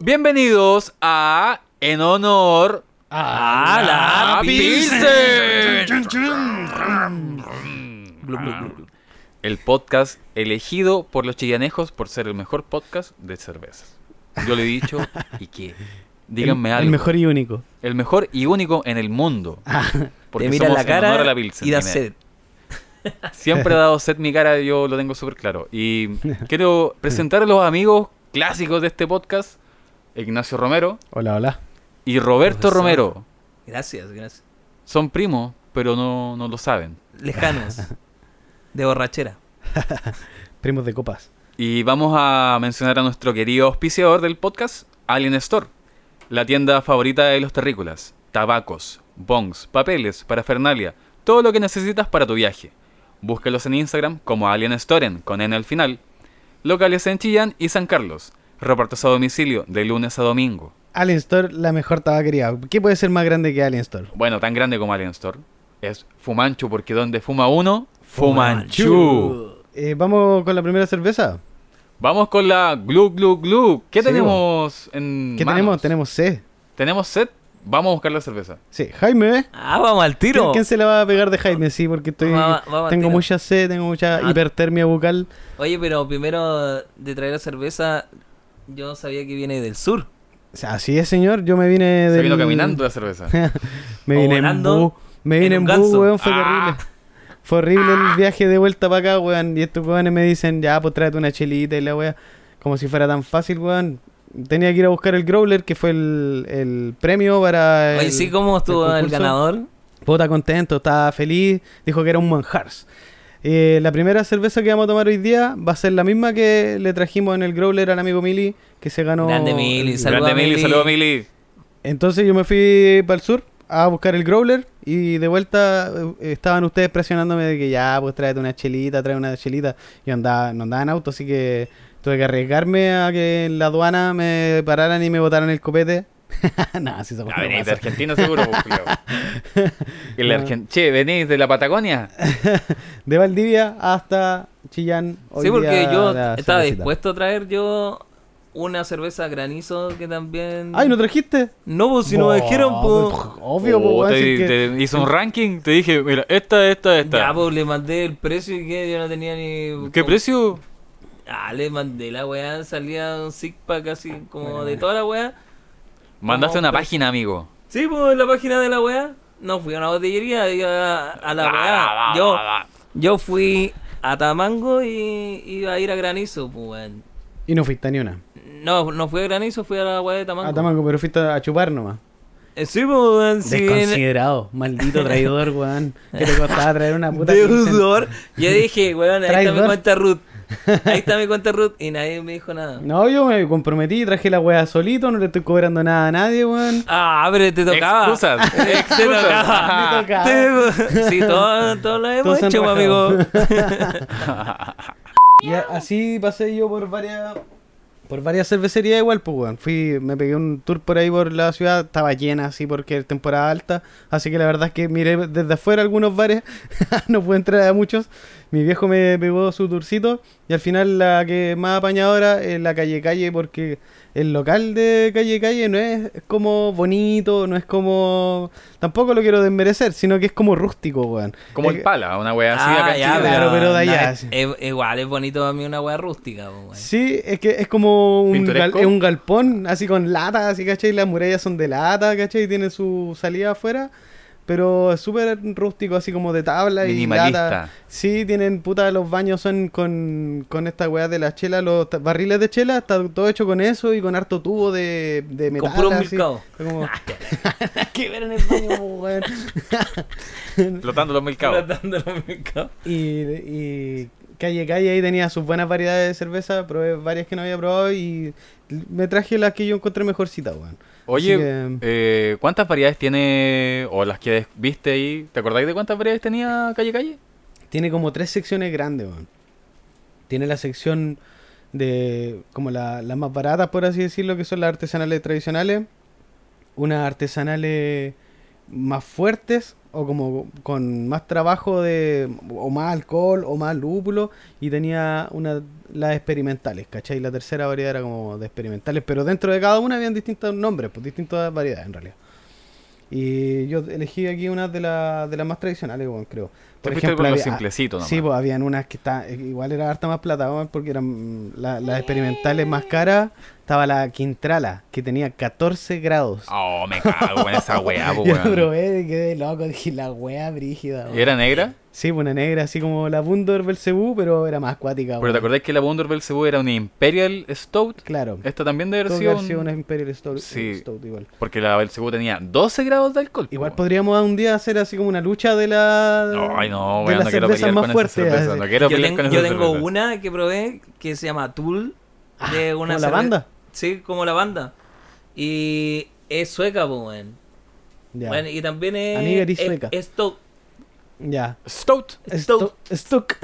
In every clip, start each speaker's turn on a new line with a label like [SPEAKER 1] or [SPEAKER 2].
[SPEAKER 1] Bienvenidos a En Honor
[SPEAKER 2] Ah,
[SPEAKER 1] a la
[SPEAKER 3] Ah,
[SPEAKER 1] Pilsen. El podcast elegido por los chillanejos por ser el mejor podcast de cervezas. Yo le he dicho y qué. Díganme
[SPEAKER 2] el,
[SPEAKER 1] algo.
[SPEAKER 2] el mejor y único.
[SPEAKER 1] El mejor y único en el mundo.
[SPEAKER 3] Ah, Te
[SPEAKER 1] somos en
[SPEAKER 3] mira la
[SPEAKER 1] honor
[SPEAKER 3] cara
[SPEAKER 1] a la Pilsen,
[SPEAKER 3] y da
[SPEAKER 1] Jiménez.
[SPEAKER 3] sed.
[SPEAKER 1] Siempre ha dado set mi cara, yo lo tengo súper claro. Y quiero presentar a los amigos clásicos de este podcast, Ignacio Romero
[SPEAKER 2] Hola, hola.
[SPEAKER 1] y Roberto
[SPEAKER 3] Profesor.
[SPEAKER 1] Romero.
[SPEAKER 3] Gracias, gracias.
[SPEAKER 1] Son primos, pero no, no lo saben.
[SPEAKER 3] Lejanos. de borrachera.
[SPEAKER 2] Primos de copas.
[SPEAKER 1] Y vamos a mencionar a nuestro querido auspiciador del podcast, Alien Store, la tienda favorita de los terrícolas, tabacos, bongs, papeles, parafernalia, todo lo que necesitas para tu viaje. Búscalos en Instagram como Alien Storen, con N al final. Locales en Chillán y San Carlos. Repartos a domicilio de lunes a domingo.
[SPEAKER 2] Alien Store, la mejor tabaquería. ¿Qué puede ser más grande que Alien Store?
[SPEAKER 1] Bueno, tan grande como Alien Store. Es Fumanchu, porque donde fuma uno, Fumanchu.
[SPEAKER 2] Eh, Vamos con la primera cerveza.
[SPEAKER 1] Vamos con la Glu Glu Glu. ¿Qué
[SPEAKER 2] Sí,
[SPEAKER 1] tenemos en
[SPEAKER 2] ¿Qué
[SPEAKER 1] manos?
[SPEAKER 2] tenemos? Tenemos C.
[SPEAKER 1] ¿Tenemos set? Vamos a buscar la cerveza.
[SPEAKER 2] Sí, Jaime.
[SPEAKER 3] Ah, vamos al
[SPEAKER 2] ¿Quién,
[SPEAKER 3] tiro.
[SPEAKER 2] quién se la va a pegar de Jaime? Sí, porque estoy.
[SPEAKER 3] Va- va- va,
[SPEAKER 2] tengo
[SPEAKER 3] tira.
[SPEAKER 2] mucha C, tengo mucha
[SPEAKER 3] Ah.
[SPEAKER 2] hipertermia bucal.
[SPEAKER 3] Oye, pero primero de traer la cerveza, yo no sabía que viene del sur.
[SPEAKER 2] O sea, así es, señor. Yo me vine de.
[SPEAKER 1] Se vino caminando la cerveza.
[SPEAKER 2] me
[SPEAKER 3] O
[SPEAKER 2] vine en
[SPEAKER 3] volando
[SPEAKER 2] bus. Me
[SPEAKER 3] en
[SPEAKER 2] vine
[SPEAKER 3] un
[SPEAKER 2] en bus,
[SPEAKER 3] ganso. Ah.
[SPEAKER 2] weón. Fue
[SPEAKER 1] Ah.
[SPEAKER 2] horrible. Fue horrible el viaje de vuelta para acá, weón. Y estos weones me dicen, ya, pues tráete una chelita y la weá. Como si fuera tan fácil, weón. Tenía que ir a buscar el Growler, que fue el, el premio para.
[SPEAKER 3] Oye,
[SPEAKER 2] el-
[SPEAKER 3] sí, ¿cómo estuvo el,
[SPEAKER 2] concurso.
[SPEAKER 3] ganador?
[SPEAKER 2] Puta contento, estaba feliz. Dijo que era un manjars. Eh, la primera cerveza que vamos a tomar hoy día va a ser la misma que le trajimos en el Growler al amigo Mili, que se ganó.
[SPEAKER 3] Grande Mili,
[SPEAKER 2] el-
[SPEAKER 3] Saluda,
[SPEAKER 1] Grande Mili,
[SPEAKER 3] Mili.
[SPEAKER 1] saludos Mili.
[SPEAKER 2] entonces yo me fui para el sur a buscar el growler y de vuelta eh, estaban ustedes presionándome de que ya, pues tráete una chelita, trae una chelita. Yo andaba, no andaba en auto, así que tuve que arriesgarme a que en la aduana me pararan y me botaran el copete. Nada, si
[SPEAKER 1] Ah, venís de Argentina seguro, pues, culiao. El argen- Che, venís de la Patagonia.
[SPEAKER 2] De Valdivia hasta Chillán. hoy
[SPEAKER 3] sí, porque
[SPEAKER 2] día
[SPEAKER 3] yo
[SPEAKER 2] la
[SPEAKER 3] estaba
[SPEAKER 2] cervecita.
[SPEAKER 3] dispuesto a traer yo una cerveza granizo que también...
[SPEAKER 2] Ay, ¿no trajiste?
[SPEAKER 3] No, pues si no me
[SPEAKER 2] Buah,
[SPEAKER 3] dijeron, pues...
[SPEAKER 2] Obvio, pues,
[SPEAKER 1] Oh,
[SPEAKER 2] weón,
[SPEAKER 1] te,
[SPEAKER 2] si es que-
[SPEAKER 1] te hice un ranking, te dije, mira, esta, esta, esta.
[SPEAKER 3] Ya, pues le mandé el precio y que yo no tenía ni...
[SPEAKER 1] ¿Qué
[SPEAKER 3] como-
[SPEAKER 1] precio?
[SPEAKER 3] Ah, le mandé la weá, salía un six pack así como de toda la weá.
[SPEAKER 1] Mandaste
[SPEAKER 3] No,
[SPEAKER 1] una
[SPEAKER 3] pero-
[SPEAKER 1] página, amigo.
[SPEAKER 3] Sí, pues en la página de la weá. No fui a una botillería, yo a, a la weá. Yo, yo fui a Tamango y iba a ir a Granizo, pues weón.
[SPEAKER 2] Y no fuiste a ni una.
[SPEAKER 3] No, no fui a Granizo, fui a la weá de Tamango.
[SPEAKER 2] Ah, Tamango, pero fuiste a chupar nomás.
[SPEAKER 3] Eh, sí, pues weón, sí. en-
[SPEAKER 2] Desconsiderado, maldito traidor, weón. Que le costaba traer una puta. Pilsen.
[SPEAKER 3] Deudor. Yo dije, weón, ahí está mi
[SPEAKER 2] Traidor.
[SPEAKER 3] cuenta Ruth. Ahí está mi cuenta Ruth y nadie me dijo nada.
[SPEAKER 2] No, yo me comprometí, traje la weá solito, no le estoy cobrando nada a nadie, weón.
[SPEAKER 3] Ah, pero te tocaba.
[SPEAKER 1] Excusas.
[SPEAKER 3] Te
[SPEAKER 1] Excusas.
[SPEAKER 3] tocaba.
[SPEAKER 2] Me tocaba.
[SPEAKER 3] Ah, Te- Sí, todo, todo lo hemos
[SPEAKER 2] Todos se han
[SPEAKER 3] hecho, pues,
[SPEAKER 2] rajado.
[SPEAKER 3] amigo.
[SPEAKER 2] Y
[SPEAKER 1] pues.
[SPEAKER 2] a- así pasé yo por varias por varias cervecerías igual, pues weón. Fui, me pegué un tour por ahí por la ciudad, estaba llena así porque es temporada alta, así que la verdad es que miré desde afuera algunos bares, no pude entrar a muchos. Mi viejo me pegó su tourcito y al final la que más apañadora es la calle calle porque el local de calle calle no es como bonito, no es como tampoco lo quiero desmerecer, sino que es como rústico, weón.
[SPEAKER 1] Como
[SPEAKER 2] Es
[SPEAKER 1] el
[SPEAKER 2] que-
[SPEAKER 1] pala, una wea así. acá
[SPEAKER 3] Ah,
[SPEAKER 1] en
[SPEAKER 3] ya,
[SPEAKER 1] Chile.
[SPEAKER 2] Claro, pero de allá,
[SPEAKER 3] es-
[SPEAKER 2] sí.
[SPEAKER 3] es- igual es bonito a mí una weá rústica, po, weón.
[SPEAKER 2] Sí, es que es como un, gal-
[SPEAKER 1] Pintoresco.
[SPEAKER 2] es un galpón, así con lata, así, ¿cachai? Las murallas son de lata, ¿cachai? Tienen su salida afuera, pero es súper rústico, así como de tabla y
[SPEAKER 1] Minimalista.
[SPEAKER 2] lata. Sí, tienen, puta, los baños son con, con esta weá de la chela, los ta- barriles de chela, está todo hecho con eso y con harto tubo de, de metal.
[SPEAKER 3] puros
[SPEAKER 2] así.
[SPEAKER 3] milcaos.
[SPEAKER 2] Está como- Nada que ver en el baño, weón.
[SPEAKER 1] Flotando los mil cabos.
[SPEAKER 3] Tratando los mercados.
[SPEAKER 2] Y, y calle calle ahí tenía sus buenas variedades de cerveza, probé varias que no había probado y me traje las que yo encontré mejorcita, weón.
[SPEAKER 1] Oye,
[SPEAKER 2] Así que-
[SPEAKER 1] eh, ¿cuántas variedades tiene, o las que viste ahí, ¿te acordáis de cuántas variedades tenía Calle Calle?
[SPEAKER 2] Tiene como tres secciones grandes, weón. Tiene la sección de como la- las más baratas, por así decirlo, que son las artesanales tradicionales, unas artesanales más fuertes o como con más trabajo de o más alcohol o más lúpulo y tenía una las experimentales, ¿cachai? La tercera variedad era como de experimentales, pero dentro de cada una habían distintos nombres, pues distintas variedades en realidad. Y yo elegí aquí una de, la- de las más tradicionales, weón, creo.
[SPEAKER 1] Te fuiste por lo
[SPEAKER 2] había-
[SPEAKER 1] simplecito nomás.
[SPEAKER 2] Sí, pues habían unas que está igual era harta más plata, weón, porque eran mm, la- las experimentales más caras. Estaba la Quintrala, que tenía 14 grados.
[SPEAKER 1] Oh, me cago en esa weá, po,
[SPEAKER 2] yo la
[SPEAKER 1] pues, weón.
[SPEAKER 2] probé y quedé loco, dije, la wea brígida.
[SPEAKER 1] ¿Y
[SPEAKER 2] weón".
[SPEAKER 1] era negra?
[SPEAKER 2] Sí, pues, una negra, así como la Bundor Belcebú, pero era más acuática.
[SPEAKER 1] Pero te
[SPEAKER 2] weón.
[SPEAKER 1] acordás que la Wonder Belzebú era una Imperial Stout.
[SPEAKER 2] Claro.
[SPEAKER 1] Esta también debe
[SPEAKER 2] Tuvo
[SPEAKER 1] haber
[SPEAKER 2] que
[SPEAKER 1] sido.
[SPEAKER 2] haber sido
[SPEAKER 1] un-
[SPEAKER 2] una Imperial Stout, eh,
[SPEAKER 1] Sí.
[SPEAKER 2] Stout igual.
[SPEAKER 1] Porque la Belzebú tenía 12 grados de alcohol. po,
[SPEAKER 2] Igual
[SPEAKER 1] weón.
[SPEAKER 2] podríamos un día hacer así como una lucha de la
[SPEAKER 1] Ay, no,
[SPEAKER 2] de
[SPEAKER 1] weón, no
[SPEAKER 2] las
[SPEAKER 1] quiero
[SPEAKER 2] cervezas
[SPEAKER 1] pelear
[SPEAKER 2] más
[SPEAKER 1] con esa
[SPEAKER 2] fuertes.
[SPEAKER 1] cerveza.
[SPEAKER 2] así.
[SPEAKER 1] No quiero
[SPEAKER 3] Yo,
[SPEAKER 1] pelear
[SPEAKER 3] ten-
[SPEAKER 1] con esa
[SPEAKER 3] yo tengo
[SPEAKER 1] cerveza.
[SPEAKER 3] una que probé que se llama Tool. De una
[SPEAKER 2] ¿como Ah, la
[SPEAKER 3] cerve-
[SPEAKER 2] banda?
[SPEAKER 3] Sí, como la banda. Y es sueca, pues, weón.
[SPEAKER 2] Ya,
[SPEAKER 3] Bueno, y también es.
[SPEAKER 2] Amiga, eres
[SPEAKER 3] es-
[SPEAKER 2] sueca.
[SPEAKER 3] es to-
[SPEAKER 2] ya.
[SPEAKER 1] Stout.
[SPEAKER 3] Stout.
[SPEAKER 2] Stu- Stuck.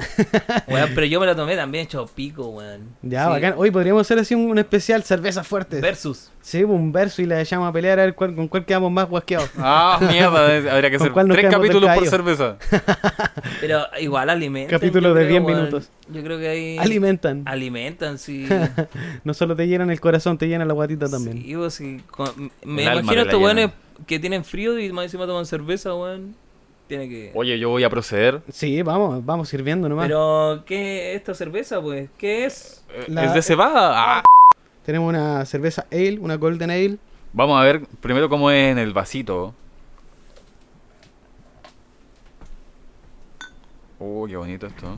[SPEAKER 3] Weón, pero yo me la tomé también hecho pico, weón.
[SPEAKER 2] Ya,
[SPEAKER 3] Sí.
[SPEAKER 2] bacán. Hoy podríamos hacer así un, un especial cervezas fuertes.
[SPEAKER 3] Versus.
[SPEAKER 2] sí, un verso y la echamos a pelear a ver cuál- con cuál quedamos más guasqueados.
[SPEAKER 1] Ah, mierda, eh, habría que
[SPEAKER 2] ¿Con
[SPEAKER 1] hacer
[SPEAKER 2] cuál nos
[SPEAKER 1] tres
[SPEAKER 2] quedamos del
[SPEAKER 1] capítulos por
[SPEAKER 2] callo?
[SPEAKER 1] cerveza.
[SPEAKER 3] Pero igual alimentan.
[SPEAKER 2] Capítulo
[SPEAKER 3] yo
[SPEAKER 2] de
[SPEAKER 3] creo,
[SPEAKER 2] 10
[SPEAKER 3] weón.
[SPEAKER 2] minutos.
[SPEAKER 3] Yo creo que ahí.
[SPEAKER 2] Alimentan.
[SPEAKER 3] Alimentan, sí.
[SPEAKER 2] No solo te llenan el corazón, te llenan la guatita también.
[SPEAKER 3] Sí, vos, sí, con- Me
[SPEAKER 1] El alma
[SPEAKER 3] imagino
[SPEAKER 1] te la
[SPEAKER 3] estos
[SPEAKER 1] llenan.
[SPEAKER 3] weones que tienen frío y más encima toman cerveza, weón. Tiene que.
[SPEAKER 1] Oye, yo voy a proceder.
[SPEAKER 2] Sí, vamos, vamos sirviendo nomás.
[SPEAKER 3] Pero, ¿qué es esta cerveza, pues? ¿Qué es?
[SPEAKER 1] Eh,
[SPEAKER 2] La-
[SPEAKER 1] ¿Es de cebada? Ah.
[SPEAKER 2] Tenemos una cerveza ale, una golden ale.
[SPEAKER 1] Vamos a ver primero cómo es en el vasito. Uy, qué bonito esto.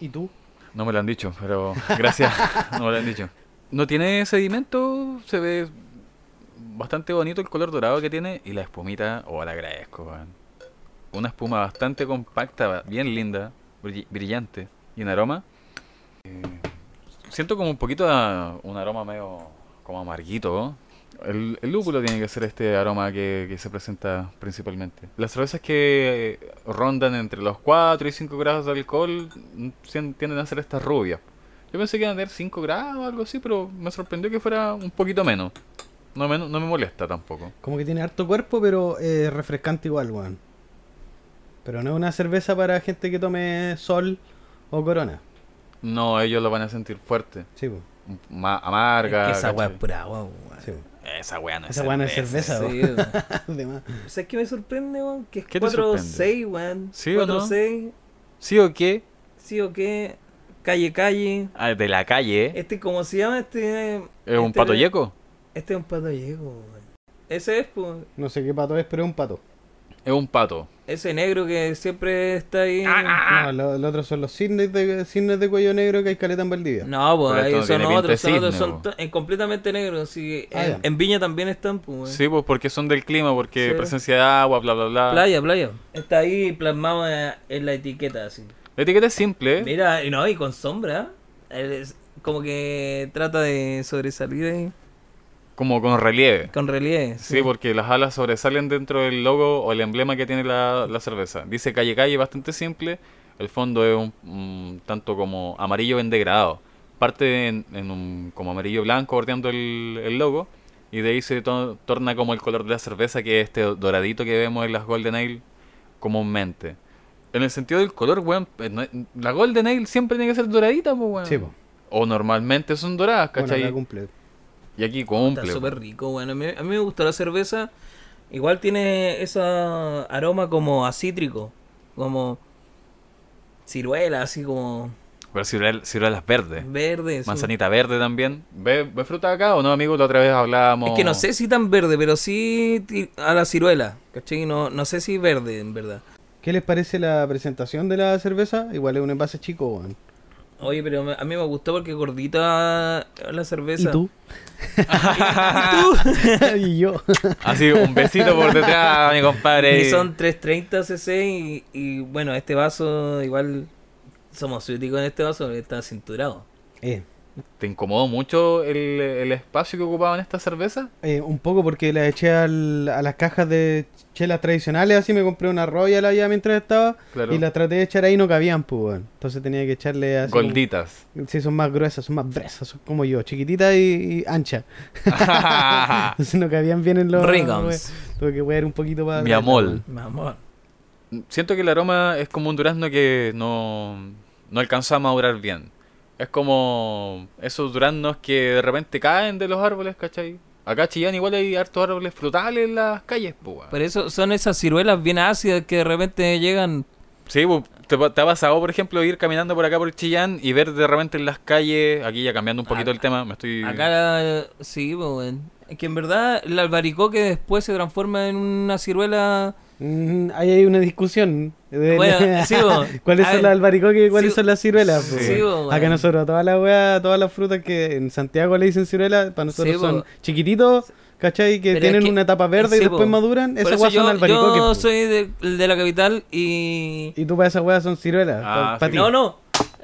[SPEAKER 2] ¿Y tú?
[SPEAKER 1] No me lo han dicho, pero gracias. no me lo han dicho. No tiene sedimento, se ve bastante bonito el color dorado que tiene y la espumita, oh, la agradezco. weón. Una espuma bastante compacta, bien linda, brill- brillante y en aroma. eh, siento como un poquito a- un aroma medio como amarguito. ¿no? El, el lúpulo tiene que ser este aroma que, que se presenta principalmente. Las cervezas que eh, rondan entre los 4 y 5 grados de alcohol mm, sien- tienden a ser estas rubias. Yo pensé que iban a tener 5 grados o algo así, pero me sorprendió que fuera un poquito menos. No me, no me molesta tampoco.
[SPEAKER 2] Como que tiene harto cuerpo, pero eh, refrescante igual, weón. Pero no es una cerveza para gente que tome sol o corona.
[SPEAKER 1] No, ellos lo van a sentir fuerte.
[SPEAKER 2] Sí, po.
[SPEAKER 1] m- ma- amarga.
[SPEAKER 3] Es que esa
[SPEAKER 1] ¿cachai?
[SPEAKER 3] weá es brava, weón.
[SPEAKER 2] Sí, po.
[SPEAKER 1] Esa weá no es
[SPEAKER 2] Esa weá no es cerveza,
[SPEAKER 3] Sí,
[SPEAKER 2] weón.
[SPEAKER 3] weón.
[SPEAKER 2] De más.
[SPEAKER 3] ¿Sabes qué me sorprende, weón? Que es
[SPEAKER 1] ¿Qué te
[SPEAKER 3] 4-6, weón.
[SPEAKER 1] ¿Sí o no?
[SPEAKER 3] 4-6,
[SPEAKER 1] ¿Sí o qué?
[SPEAKER 3] sí o qué. Calle, calle.
[SPEAKER 1] Ah, de la calle.
[SPEAKER 3] Este, ¿cómo se llama este? ¿Es
[SPEAKER 1] ¿Es un pato yeco?
[SPEAKER 3] Este es un pato yeco, weón. Ese es, pues.
[SPEAKER 2] No sé qué pato es, pero es un pato.
[SPEAKER 1] Es un pato.
[SPEAKER 3] Ese negro que siempre está ahí.
[SPEAKER 1] Ah.
[SPEAKER 2] No, lo, lo otro son los cisnes de, cisnes de cuello negro que hay caleta en Valdivia.
[SPEAKER 3] No,
[SPEAKER 1] Pero esto
[SPEAKER 3] pues ahí
[SPEAKER 1] no
[SPEAKER 3] son
[SPEAKER 1] tiene pinta de
[SPEAKER 3] otros, son otros,
[SPEAKER 1] cisne,
[SPEAKER 3] son
[SPEAKER 1] po.
[SPEAKER 3] to- eh, completamente negros. sí,
[SPEAKER 2] Ah,
[SPEAKER 3] en,
[SPEAKER 2] ya.
[SPEAKER 3] en Viña también están, pues, weón.
[SPEAKER 1] Sí, ah. pues porque son del clima, porque
[SPEAKER 3] Sí.
[SPEAKER 1] presencia de agua, bla, bla, bla.
[SPEAKER 3] Playa, playa. Está ahí plasmado eh, en la etiqueta, así.
[SPEAKER 1] La etiqueta es simple. ¿eh?
[SPEAKER 3] Mira, y no, y con sombra. Él es- como que trata de sobresalir ahí.
[SPEAKER 1] Como con relieve.
[SPEAKER 3] Con relieve.
[SPEAKER 1] Sí, pues, porque las alas sobresalen dentro del logo o el emblema que tiene la, la cerveza. Dice calle calle, bastante simple. El fondo es un, un tanto como amarillo en degradado. Parte en, en un como amarillo blanco bordeando el, el logo. Y de ahí se to- torna como el color de la cerveza, que es este doradito que vemos en las Golden Ale comúnmente. En el sentido del color, weón, eh, no- la Golden Ale siempre tiene que ser doradita, pues, weón.
[SPEAKER 2] Sí, po.
[SPEAKER 1] O normalmente son doradas,
[SPEAKER 2] Bueno,
[SPEAKER 1] ¿cachai?
[SPEAKER 2] la cumple.
[SPEAKER 1] Y aquí cumple. pues.
[SPEAKER 3] Está
[SPEAKER 1] po.
[SPEAKER 3] súper rico, bueno. A mí, a mí me gustó la cerveza. Igual tiene ese aroma como a cítrico. Como ciruela, así como
[SPEAKER 1] Pero ciruel- ciruelas
[SPEAKER 3] Mm,
[SPEAKER 1] verdes.
[SPEAKER 3] verde. sí.
[SPEAKER 1] Manzanita verde también. ¿Ve, ve fruta acá o no, amigo? La otra vez hablábamos.
[SPEAKER 3] Es que no sé si tan verde, pero sí ti- a la ciruela. ¿Cachai? No, no sé si verde, en verdad.
[SPEAKER 2] ¿Qué les parece la presentación de la cerveza? Igual es un envase chico, weón.
[SPEAKER 3] Oye, pero me- a mí me gustó porque gordita la cerveza.
[SPEAKER 2] y yo.
[SPEAKER 1] Así, un besito por detrás, mi compadre.
[SPEAKER 3] Y son 330 cc y, y, bueno, este vaso igual somos críticos en este vaso porque está cinturado.
[SPEAKER 2] Eh,
[SPEAKER 1] ¿Te incomodó mucho el, el espacio que ocupaban estas cervezas?
[SPEAKER 2] Eh, un poco porque la eché al- a las cajas de chelas tradicionales, así me compré una Royal allá mientras estaba
[SPEAKER 1] Claro.
[SPEAKER 2] y la traté de echar ahí y no cabían, pues, weón. Entonces tenía que echarle
[SPEAKER 3] Ah,
[SPEAKER 2] así. como-
[SPEAKER 1] Golditas.
[SPEAKER 2] Sí, son más gruesas, son más gruesas, son como yo, chiquititas y, y anchas.
[SPEAKER 1] Ah.
[SPEAKER 2] Entonces no cabían bien en los.
[SPEAKER 3] Rigons.
[SPEAKER 2] Tuve que wear un poquito para.
[SPEAKER 1] Mi amor.
[SPEAKER 3] Mi amor.
[SPEAKER 1] Siento que el aroma es como un durazno que no, no alcanza a madurar bien. Es como esos duraznos que de repente caen de los árboles, ¿cachai? Acá en Chillán igual hay hartos árboles frutales en las calles, pues.
[SPEAKER 3] Pero eso son esas ciruelas bien ácidas que de repente llegan.
[SPEAKER 1] Sí, pues, te, pa- te ha pasado, por ejemplo, ir caminando por acá por Chillán y ver de repente en las calles, aquí ya cambiando un poquito el tema, me estoy...
[SPEAKER 3] Acá, eh, sí, pues, weón. Es que en verdad el albaricoque después se transforma en una ciruela.
[SPEAKER 2] Mm, ahí hay una discusión. de-
[SPEAKER 3] Bueno, sí, bo.
[SPEAKER 2] ¿Cuáles
[SPEAKER 3] A
[SPEAKER 2] son
[SPEAKER 3] ver.
[SPEAKER 2] las albaricoques y cuáles
[SPEAKER 3] Sí,
[SPEAKER 2] son las ciruelas?
[SPEAKER 3] sí,
[SPEAKER 2] po,
[SPEAKER 3] sí,
[SPEAKER 2] weón?
[SPEAKER 3] bo,
[SPEAKER 2] Acá
[SPEAKER 3] weón.
[SPEAKER 2] nosotros, todas las weas, todas las frutas que en Santiago le dicen ciruelas, para nosotros
[SPEAKER 3] Sí, bo.
[SPEAKER 2] son chiquititos, ¿cachai? Que
[SPEAKER 3] Pero es
[SPEAKER 2] tienen
[SPEAKER 3] que-
[SPEAKER 2] una tapa verde y
[SPEAKER 3] sí,
[SPEAKER 2] después
[SPEAKER 3] po.
[SPEAKER 2] maduran.
[SPEAKER 3] Por
[SPEAKER 2] Esas
[SPEAKER 3] eso
[SPEAKER 2] weas son
[SPEAKER 3] yo-
[SPEAKER 2] albaricoques.
[SPEAKER 3] Yo
[SPEAKER 2] po.
[SPEAKER 3] soy de, de la capital y.
[SPEAKER 2] Y tú para esas weas son ciruelas.
[SPEAKER 1] Ah,
[SPEAKER 2] pa- pa
[SPEAKER 1] sí.
[SPEAKER 2] ti.
[SPEAKER 3] No, no.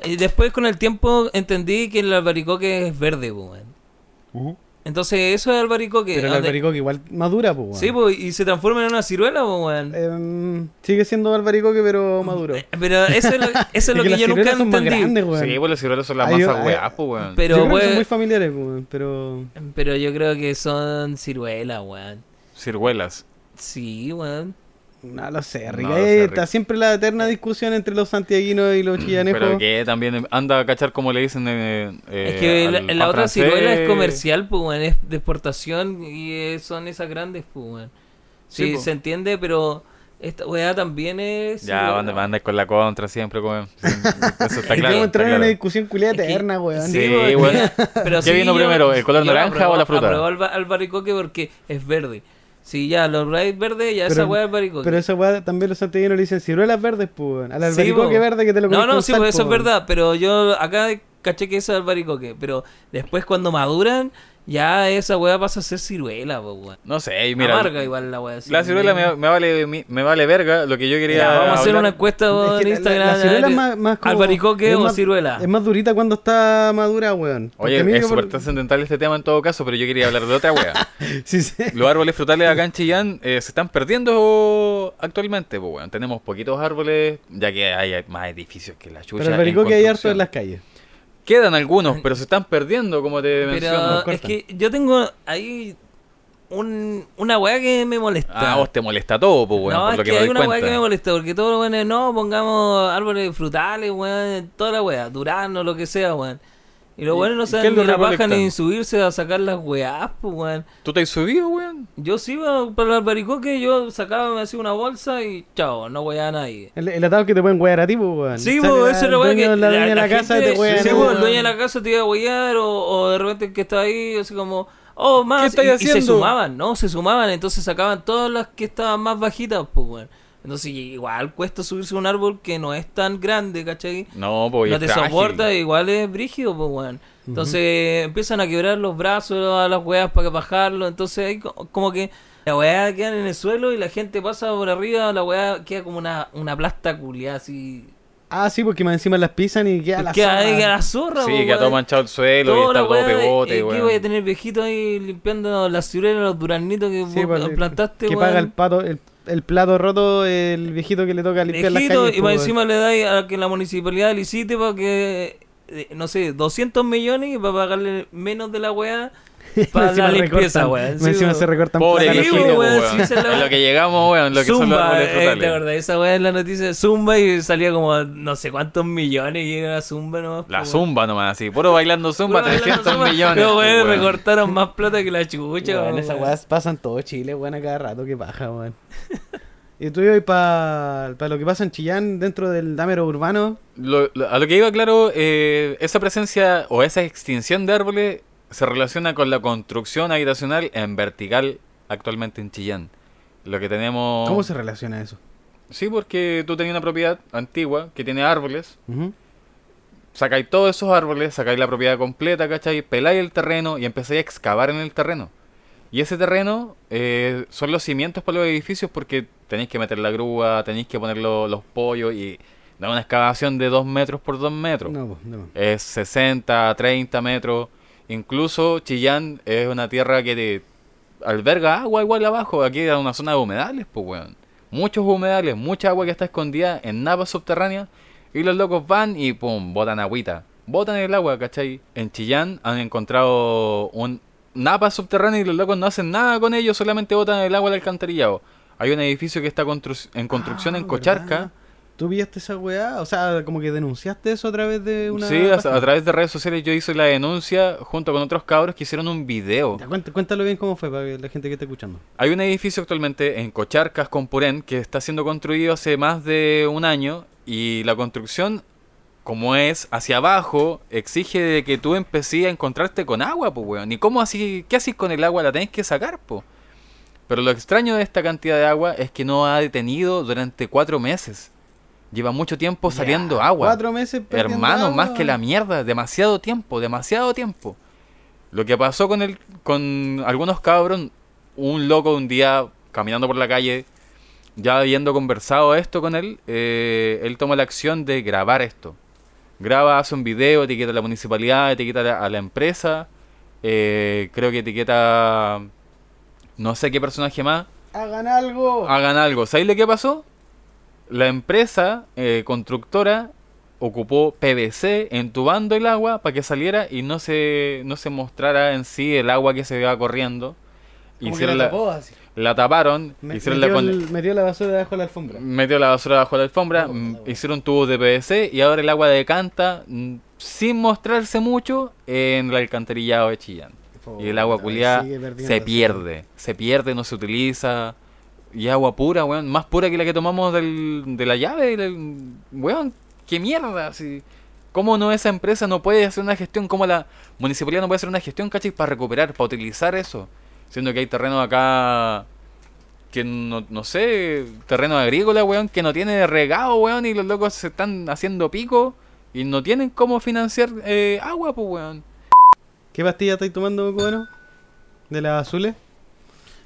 [SPEAKER 3] Y después con el tiempo entendí que el albaricoque es verde, pues, weón.
[SPEAKER 2] Ujú.
[SPEAKER 3] Entonces eso es albaricoque.
[SPEAKER 2] Uh-huh. Pero el
[SPEAKER 3] donde-
[SPEAKER 2] albaricoque igual madura, pues.
[SPEAKER 3] Sí, pues, y se transforma en una ciruela, pues, weón.
[SPEAKER 2] Eh. Em, sigue siendo albaricoque, pero maduro.
[SPEAKER 3] Pero eso es lo, eso es
[SPEAKER 2] Y
[SPEAKER 3] lo que,
[SPEAKER 2] las
[SPEAKER 3] yo nunca
[SPEAKER 2] ciruelas son más
[SPEAKER 3] entendí.
[SPEAKER 2] grandes, weón.
[SPEAKER 1] Sí, pues los ciruelos son las
[SPEAKER 2] Ay, yo-
[SPEAKER 1] masas
[SPEAKER 2] ay,
[SPEAKER 1] weas, pues, weón.
[SPEAKER 3] pero,
[SPEAKER 2] Yo creo que
[SPEAKER 3] weón,
[SPEAKER 2] son muy familiares, po, weón, pero.
[SPEAKER 3] pero yo creo que son ciruelas, weón.
[SPEAKER 1] Ciruelas.
[SPEAKER 3] Sí, weón.
[SPEAKER 2] No lo sé,
[SPEAKER 1] No
[SPEAKER 2] Rick.
[SPEAKER 1] lo
[SPEAKER 2] Ahí
[SPEAKER 1] sé,
[SPEAKER 2] está
[SPEAKER 1] Rick. Eh. Mm,
[SPEAKER 2] siempre la eterna discusión entre los santiaguinos y los chillanejos.
[SPEAKER 1] Pero que también anda a cachar como le dicen eh, eh,
[SPEAKER 3] es que la,
[SPEAKER 1] al
[SPEAKER 3] la
[SPEAKER 1] pan
[SPEAKER 3] otra
[SPEAKER 1] francés.
[SPEAKER 3] ciruela es comercial, pues, weón. Es de exportación y eh, son esas grandes, pues, weón. Sí,
[SPEAKER 1] Sí, po.
[SPEAKER 3] se entiende, pero esta weá también es.
[SPEAKER 1] Ya,
[SPEAKER 3] ciruela,
[SPEAKER 1] van
[SPEAKER 3] weón.
[SPEAKER 1] con la contra siempre, weón. Sí, Eso está claro.
[SPEAKER 2] Y luego
[SPEAKER 1] está
[SPEAKER 2] entrar en una
[SPEAKER 1] claro.
[SPEAKER 2] discusión culiada
[SPEAKER 3] Es que-
[SPEAKER 2] eterna, weón.
[SPEAKER 1] Sí,
[SPEAKER 3] weón.
[SPEAKER 1] weón.
[SPEAKER 3] Pero
[SPEAKER 1] ¿Qué vino primero, el color
[SPEAKER 3] yo
[SPEAKER 1] naranja o la fruta?
[SPEAKER 3] apruebo alba- albaricoque porque es verde. Si ya lo es verde, ya esa
[SPEAKER 2] Pero-
[SPEAKER 3] weá es albaricoque.
[SPEAKER 2] Pero esa weá también los santiaguinos le dicen ciruelas verdes, pues. Al
[SPEAKER 3] Sí,
[SPEAKER 2] albaricoque
[SPEAKER 3] po.
[SPEAKER 2] verde que te lo
[SPEAKER 3] No,
[SPEAKER 2] comes
[SPEAKER 3] no,
[SPEAKER 2] con
[SPEAKER 3] sí,
[SPEAKER 2] sal,
[SPEAKER 3] pues eso
[SPEAKER 2] po,
[SPEAKER 3] es
[SPEAKER 2] weón.
[SPEAKER 3] verdad, pero yo acá caché que eso es albaricoque, pero después cuando maduran, ya esa weá pasa a ser ciruela, po, weón.
[SPEAKER 1] No sé, y mira.
[SPEAKER 3] Amarga igual la weá. sí.
[SPEAKER 1] La ciruela me, me vale, mi- me vale verga. Lo que yo quería.
[SPEAKER 3] Ya, vamos a hacer
[SPEAKER 1] hablar-
[SPEAKER 3] una encuesta
[SPEAKER 2] Es
[SPEAKER 3] weón,
[SPEAKER 2] que
[SPEAKER 3] en
[SPEAKER 2] la-
[SPEAKER 3] Instagram.
[SPEAKER 2] la, la ciruela
[SPEAKER 3] eh,
[SPEAKER 2] es más, más como-
[SPEAKER 3] ¿Albaricoque
[SPEAKER 2] es
[SPEAKER 3] o
[SPEAKER 2] más-
[SPEAKER 3] ciruela?
[SPEAKER 2] Es más durita cuando está madura, weón. Porque a mí
[SPEAKER 1] Oye, es
[SPEAKER 2] que por-
[SPEAKER 1] súper trascendental este tema en todo caso, pero yo quería hablar de otra wea.
[SPEAKER 2] Sí, sí.
[SPEAKER 1] Los árboles frutales acá en Chillán eh, se están perdiendo actualmente, pues bueno, tenemos poquitos árboles, ya que hay más edificios que la chucha.
[SPEAKER 2] Pero
[SPEAKER 1] en
[SPEAKER 2] albaricoque hay harto
[SPEAKER 1] construcción.
[SPEAKER 2] en las calles.
[SPEAKER 1] Quedan algunos, pero se están perdiendo, como te menciono.
[SPEAKER 3] Pero
[SPEAKER 2] cortan.
[SPEAKER 3] es que yo tengo ahí un, una weá que me molesta.
[SPEAKER 1] Ah, vos te molesta todo, pues bueno,
[SPEAKER 3] no,
[SPEAKER 1] por
[SPEAKER 3] es
[SPEAKER 1] lo
[SPEAKER 3] que,
[SPEAKER 1] que, me
[SPEAKER 3] hay
[SPEAKER 1] doy
[SPEAKER 3] una weá
[SPEAKER 1] cuenta.
[SPEAKER 3] que me molesta, porque todos los weones, no, pongamos árboles frutales, weón, toda la weá, durano, lo que sea, weón. Y los
[SPEAKER 1] ¿Y-
[SPEAKER 3] weones no
[SPEAKER 1] y
[SPEAKER 3] saben
[SPEAKER 1] quién
[SPEAKER 3] ni
[SPEAKER 1] lo
[SPEAKER 3] la paja
[SPEAKER 1] recolecta?
[SPEAKER 3] ni subirse a sacar las weás, pues, weón.
[SPEAKER 1] ¿Tú te has subido, weón?
[SPEAKER 3] Yo sí iba para el albaricoque, yo sacaba, me hacía una bolsa y chao, no weá a nadie.
[SPEAKER 2] El, el atado que te pueden wear a ti, pues, weón.
[SPEAKER 3] Sí,
[SPEAKER 2] Sale
[SPEAKER 3] bo,
[SPEAKER 2] la-
[SPEAKER 3] eso es
[SPEAKER 2] el
[SPEAKER 3] la weá
[SPEAKER 2] dueño-
[SPEAKER 3] que.
[SPEAKER 2] La dueña de la casa
[SPEAKER 3] gente-
[SPEAKER 2] te wean.
[SPEAKER 3] Sí,
[SPEAKER 2] ¿no,
[SPEAKER 3] bo, el
[SPEAKER 2] weón?
[SPEAKER 3] dueño de la casa te iba a huear o, o de repente el que está ahí, así como, oh, más.
[SPEAKER 1] ¿Qué estáis
[SPEAKER 3] y, y se
[SPEAKER 1] haciendo?
[SPEAKER 3] sumaban, ¿no? Se sumaban, entonces sacaban todas las que estaban más bajitas, pues, weón. Entonces, igual cuesta subirse a un árbol que no es tan grande, ¿cachai?
[SPEAKER 1] No, pues
[SPEAKER 3] no te soporta, igual es brígido, pues, weón. Entonces empiezan a quebrar los brazos a las weas para bajarlo. Entonces ahí co- como que la weá quedan en el suelo y la gente pasa por arriba, la weá queda como una, una plasta culiada así.
[SPEAKER 2] Ah, sí, porque más encima las pisan y queda la
[SPEAKER 3] queda ahí
[SPEAKER 2] zorra.
[SPEAKER 3] queda la zorra,
[SPEAKER 1] Sí,
[SPEAKER 3] pues,
[SPEAKER 1] que ha todo
[SPEAKER 3] weón.
[SPEAKER 1] manchado el suelo y
[SPEAKER 3] Toda
[SPEAKER 1] está
[SPEAKER 3] la
[SPEAKER 1] todo
[SPEAKER 3] weá,
[SPEAKER 1] pegote,
[SPEAKER 3] ¿y qué voy a
[SPEAKER 1] weón.
[SPEAKER 3] tener viejito ahí limpiando las ciruelas, los duranitos que
[SPEAKER 2] Sí,
[SPEAKER 3] vos
[SPEAKER 2] pues,
[SPEAKER 3] plantaste,
[SPEAKER 2] Que
[SPEAKER 3] weón?
[SPEAKER 2] paga el, pato, el, el plato roto el viejito que le toca limpiar las
[SPEAKER 3] Viejito,
[SPEAKER 2] calles.
[SPEAKER 3] y
[SPEAKER 2] po,
[SPEAKER 3] más
[SPEAKER 2] weón.
[SPEAKER 3] encima le dais a que la municipalidad le hiciste para que, eh, no sé, 200 millones y para pagarle menos de la weá
[SPEAKER 2] Más
[SPEAKER 3] para
[SPEAKER 2] encima
[SPEAKER 3] la limpieza,
[SPEAKER 2] recortan,
[SPEAKER 3] weón.
[SPEAKER 2] más
[SPEAKER 3] Sí,
[SPEAKER 2] encima
[SPEAKER 3] weón.
[SPEAKER 2] se recortan
[SPEAKER 1] Pobre
[SPEAKER 2] plata los
[SPEAKER 3] Sí,
[SPEAKER 1] viejito,
[SPEAKER 2] chicos.
[SPEAKER 1] po,
[SPEAKER 3] weón,
[SPEAKER 1] weón.
[SPEAKER 3] sí, se la-
[SPEAKER 1] A lo que llegamos, weón, lo que son los
[SPEAKER 3] Zumba,
[SPEAKER 1] árboles
[SPEAKER 3] eh, ¿te
[SPEAKER 1] frutales.
[SPEAKER 3] acordás? Esa weá en la noticia, Zumba y salía como no sé cuántos millones y era Zumba nomás.
[SPEAKER 1] La
[SPEAKER 3] po, weón.
[SPEAKER 1] zumba nomás, así, puro bailando zumba,
[SPEAKER 3] pues. Puro bailando
[SPEAKER 1] 300
[SPEAKER 3] Zumba.
[SPEAKER 1] millones.
[SPEAKER 3] Los
[SPEAKER 1] po,
[SPEAKER 3] weones
[SPEAKER 1] weón.
[SPEAKER 3] recortaron más plata que la chucha,
[SPEAKER 2] Weón,
[SPEAKER 3] weón.
[SPEAKER 2] esas weas pasan todo Chile, weón, a cada rato que baja, weón. Y tú ibas para lo que pasa en Chillán, dentro del dámero urbano.
[SPEAKER 1] Lo- lo- a lo que iba claro, eh, esa presencia o esa extinción de árboles se relaciona con la construcción habitacional en vertical actualmente en Chillán. Lo que tenemos...
[SPEAKER 2] ¿Cómo se relaciona eso?
[SPEAKER 1] Sí, porque tú tenías una propiedad antigua que tiene árboles,
[SPEAKER 2] Ujú.
[SPEAKER 1] sacáis todos esos árboles, sacáis la propiedad completa, ¿cachai? Peláis el terreno y empezáis a excavar en el terreno. Y ese terreno eh, son los cimientos para los edificios porque tenéis que meter la grúa, tenéis que poner lo- los pollos y No es una excavación de 2 metros por 2 metros.
[SPEAKER 2] No, pues, no.
[SPEAKER 1] Es 60, 30 metros. Incluso Chillán es una tierra que te- alberga agua igual abajo. Aquí era una zona de humedales, pues, weón. Muchos humedales, mucha agua que está escondida en napas subterráneas. Y los locos van y pum, botan agüita. Botan el agua, ¿cachai? En Chillán han encontrado un napa subterránea y los locos no hacen nada con ello, solamente botan el agua al alcantarillado. Hay un edificio que está constru- en construcción
[SPEAKER 2] Ah,
[SPEAKER 1] en Cocharca.
[SPEAKER 2] ¿verdad? ¿Tú pillaste esa weá? O sea, como que denunciaste eso a través de una.
[SPEAKER 1] Sí, a,
[SPEAKER 2] página.
[SPEAKER 1] a través de redes sociales yo hice la denuncia junto con otros cabros que hicieron un video.
[SPEAKER 2] Ya, cuént- Cuéntalo bien cómo fue para que la gente que está escuchando.
[SPEAKER 1] Hay un edificio actualmente en Cocharcas, con Purén, que está siendo construido hace más de un año y la construcción, como es hacia abajo, exige de que tú empecé a encontrarte con agua, pues, weón. ¿Y cómo así? ¿Qué haces con el agua? La tenés que sacar, pues. Pero lo extraño de esta cantidad de agua es que no ha detenido durante cuatro meses. Lleva mucho tiempo saliendo
[SPEAKER 2] Ya,
[SPEAKER 1] agua.
[SPEAKER 2] Cuatro meses perdiendo
[SPEAKER 1] Hermano,
[SPEAKER 2] agua.
[SPEAKER 1] más que la mierda, demasiado tiempo, demasiado tiempo. Lo que pasó con el, con algunos cabros, un loco un día caminando por la calle, ya habiendo conversado esto con él, eh, él toma la acción de grabar esto. Graba, hace un video, etiqueta a la municipalidad, etiqueta a la, a la empresa, eh, creo que etiqueta no sé qué personaje más
[SPEAKER 2] Hagan algo.
[SPEAKER 1] hagan algo. ¿Sabéis lo que pasó? La empresa eh, constructora ocupó PVC entubando el agua para que saliera y no se, no se mostrara en sí el agua que se iba corriendo.
[SPEAKER 2] Como que
[SPEAKER 1] Hicieron
[SPEAKER 2] la
[SPEAKER 1] la,
[SPEAKER 2] tapó así.
[SPEAKER 1] la taparon,
[SPEAKER 2] Me-
[SPEAKER 1] hicieron la
[SPEAKER 2] metió,
[SPEAKER 1] con-
[SPEAKER 2] el- metió la basura debajo de la alfombra.
[SPEAKER 1] metió la basura bajo la alfombra,
[SPEAKER 2] No,
[SPEAKER 1] mm,
[SPEAKER 2] no.
[SPEAKER 1] hicieron tubos de PVC y ahora el agua decanta mm, sin mostrarse mucho en el alcantarillado de Chillán. Y el agua
[SPEAKER 2] Puta, y
[SPEAKER 1] culiada
[SPEAKER 2] sigue perdiendo
[SPEAKER 1] se
[SPEAKER 2] así.
[SPEAKER 1] pierde. Se pierde, no se utiliza. Y agua pura, weón. Más pura que la que tomamos del- de la llave. del- weón, qué mierda. Si, ¿Cómo no esa empresa no puede hacer una gestión? ¿Cómo la municipalidad no puede hacer una gestión, cachai? Para recuperar, para utilizar eso. Siendo que hay terrenos acá que no, no sé, terreno agrícola, weón, que no tiene regado, weón, y los locos se están haciendo pico y no tienen cómo financiar eh, agua, pues, weón.
[SPEAKER 2] ¿Qué pastilla estáis tomando, cubano? ¿De las azules?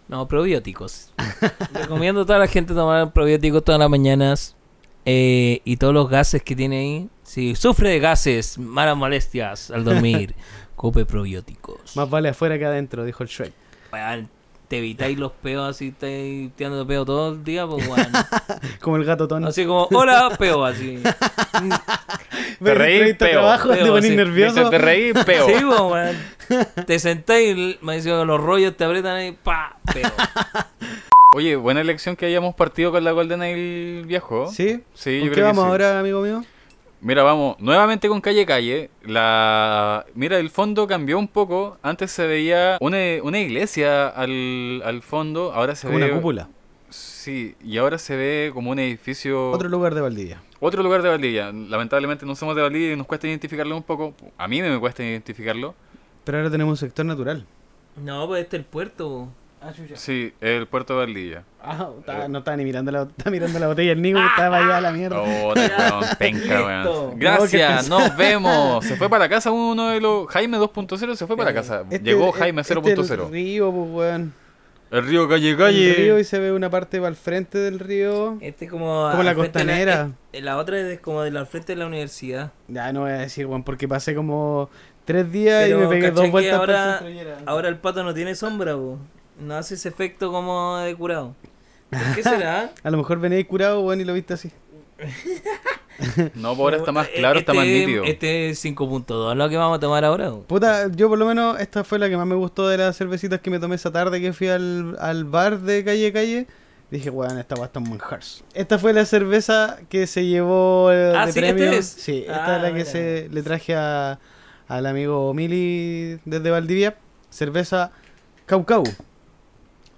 [SPEAKER 3] No, probióticos. Recomiendo a toda la gente tomar probióticos todas las mañanas. eh, y todos los gases que tiene ahí. Si sufre de gases, malas molestias al dormir, cope probióticos.
[SPEAKER 2] Más vale afuera que adentro, dijo el Shrek.
[SPEAKER 3] Weón, te evitáis los peos así, estáis tirando peos todo el día, pues weón.
[SPEAKER 2] Como el gato
[SPEAKER 1] Ah,
[SPEAKER 2] tono.
[SPEAKER 3] Así como, hola, peo, así.
[SPEAKER 1] Te reí,
[SPEAKER 2] Entrevista de
[SPEAKER 1] peo.
[SPEAKER 2] trabajo, te
[SPEAKER 3] Peo,
[SPEAKER 2] ponís
[SPEAKER 3] sí.
[SPEAKER 2] nervioso.
[SPEAKER 1] Mientras te reí, peo.
[SPEAKER 3] Sí, pues, weón. Te sentáis, me decía, los rollos te apretan ahí, pa, peo.
[SPEAKER 1] Oye, buena elección que hayamos partido con la Golden Ale viejo.
[SPEAKER 2] ¿Sí?
[SPEAKER 1] Sí,
[SPEAKER 2] ¿Con
[SPEAKER 1] yo
[SPEAKER 2] qué
[SPEAKER 1] creo que
[SPEAKER 2] vamos
[SPEAKER 1] sí.
[SPEAKER 2] ahora, amigo mío?
[SPEAKER 1] Mira, vamos, nuevamente con Calle Calle. La... Mira, el fondo cambió un poco. Antes se veía una, una iglesia al, al fondo. Ahora se
[SPEAKER 2] Como
[SPEAKER 1] ve.
[SPEAKER 2] una cúpula.
[SPEAKER 1] Sí, y ahora se ve como un edificio.
[SPEAKER 2] Otro lugar de Valdivia.
[SPEAKER 1] Otro lugar de Valdivia. Lamentablemente no somos de Valdivia y nos cuesta identificarlo un poco. A mí me cuesta identificarlo.
[SPEAKER 2] Pero ahora tenemos un sector natural.
[SPEAKER 3] No, pues este es el puerto. Ah, chucha.
[SPEAKER 1] Sí, el puerto de Valdivia.
[SPEAKER 2] Ah, está- no estaba ni mirando la, está mirando la botella el Nico que estaba allá a la mierda.
[SPEAKER 1] Eh. Oh, te weón, penca, weón.
[SPEAKER 3] Listo.
[SPEAKER 1] Gracias, nos vemos. Se fue para casa uno de los. Jaime 2.0 se fue para casa.
[SPEAKER 2] Este-
[SPEAKER 1] Llegó Jaime
[SPEAKER 2] este
[SPEAKER 1] 0.0.
[SPEAKER 2] el río, pues, weón.
[SPEAKER 1] el río Calle
[SPEAKER 2] El río y
[SPEAKER 1] Calle.
[SPEAKER 2] se ve una parte para el frente del río.
[SPEAKER 3] Este es como...
[SPEAKER 2] Como la
[SPEAKER 3] al frente de
[SPEAKER 2] costanera.
[SPEAKER 3] eh, la otra es como de la frente de la universidad.
[SPEAKER 2] Ya no voy a decir, weón, porque pasé como tres días y
[SPEAKER 3] Pero
[SPEAKER 2] me pegué
[SPEAKER 3] ¿cachai
[SPEAKER 2] dos
[SPEAKER 3] que
[SPEAKER 2] vueltas por el
[SPEAKER 3] ahora,
[SPEAKER 2] centro y era-
[SPEAKER 3] ahora el pato no tiene sombra, po. No hace ese efecto como de curado. ¿Por qué será?
[SPEAKER 2] A lo mejor venía curado, weón, y lo viste así.
[SPEAKER 1] No, por ahora está más
[SPEAKER 3] Eh,
[SPEAKER 1] claro, está más
[SPEAKER 3] este-
[SPEAKER 1] nítido.
[SPEAKER 3] Este es 5.2 lo que vamos a tomar ahora. po.
[SPEAKER 2] Puta, yo por lo menos esta fue la que más me gustó de las cervecitas que me tomé esa tarde que fui al, al bar de calle calle. Dije, weón, esta weá está en manjars. Esta fue la cerveza que se llevó eh,
[SPEAKER 3] Ah,
[SPEAKER 2] de
[SPEAKER 3] ¿sí?
[SPEAKER 2] premio.
[SPEAKER 3] ¿Este es?
[SPEAKER 2] Sí, esta
[SPEAKER 3] Ah,
[SPEAKER 2] es la que
[SPEAKER 3] mira.
[SPEAKER 2] se le traje a- al amigo Mili desde Valdivia. Cerveza Caucau.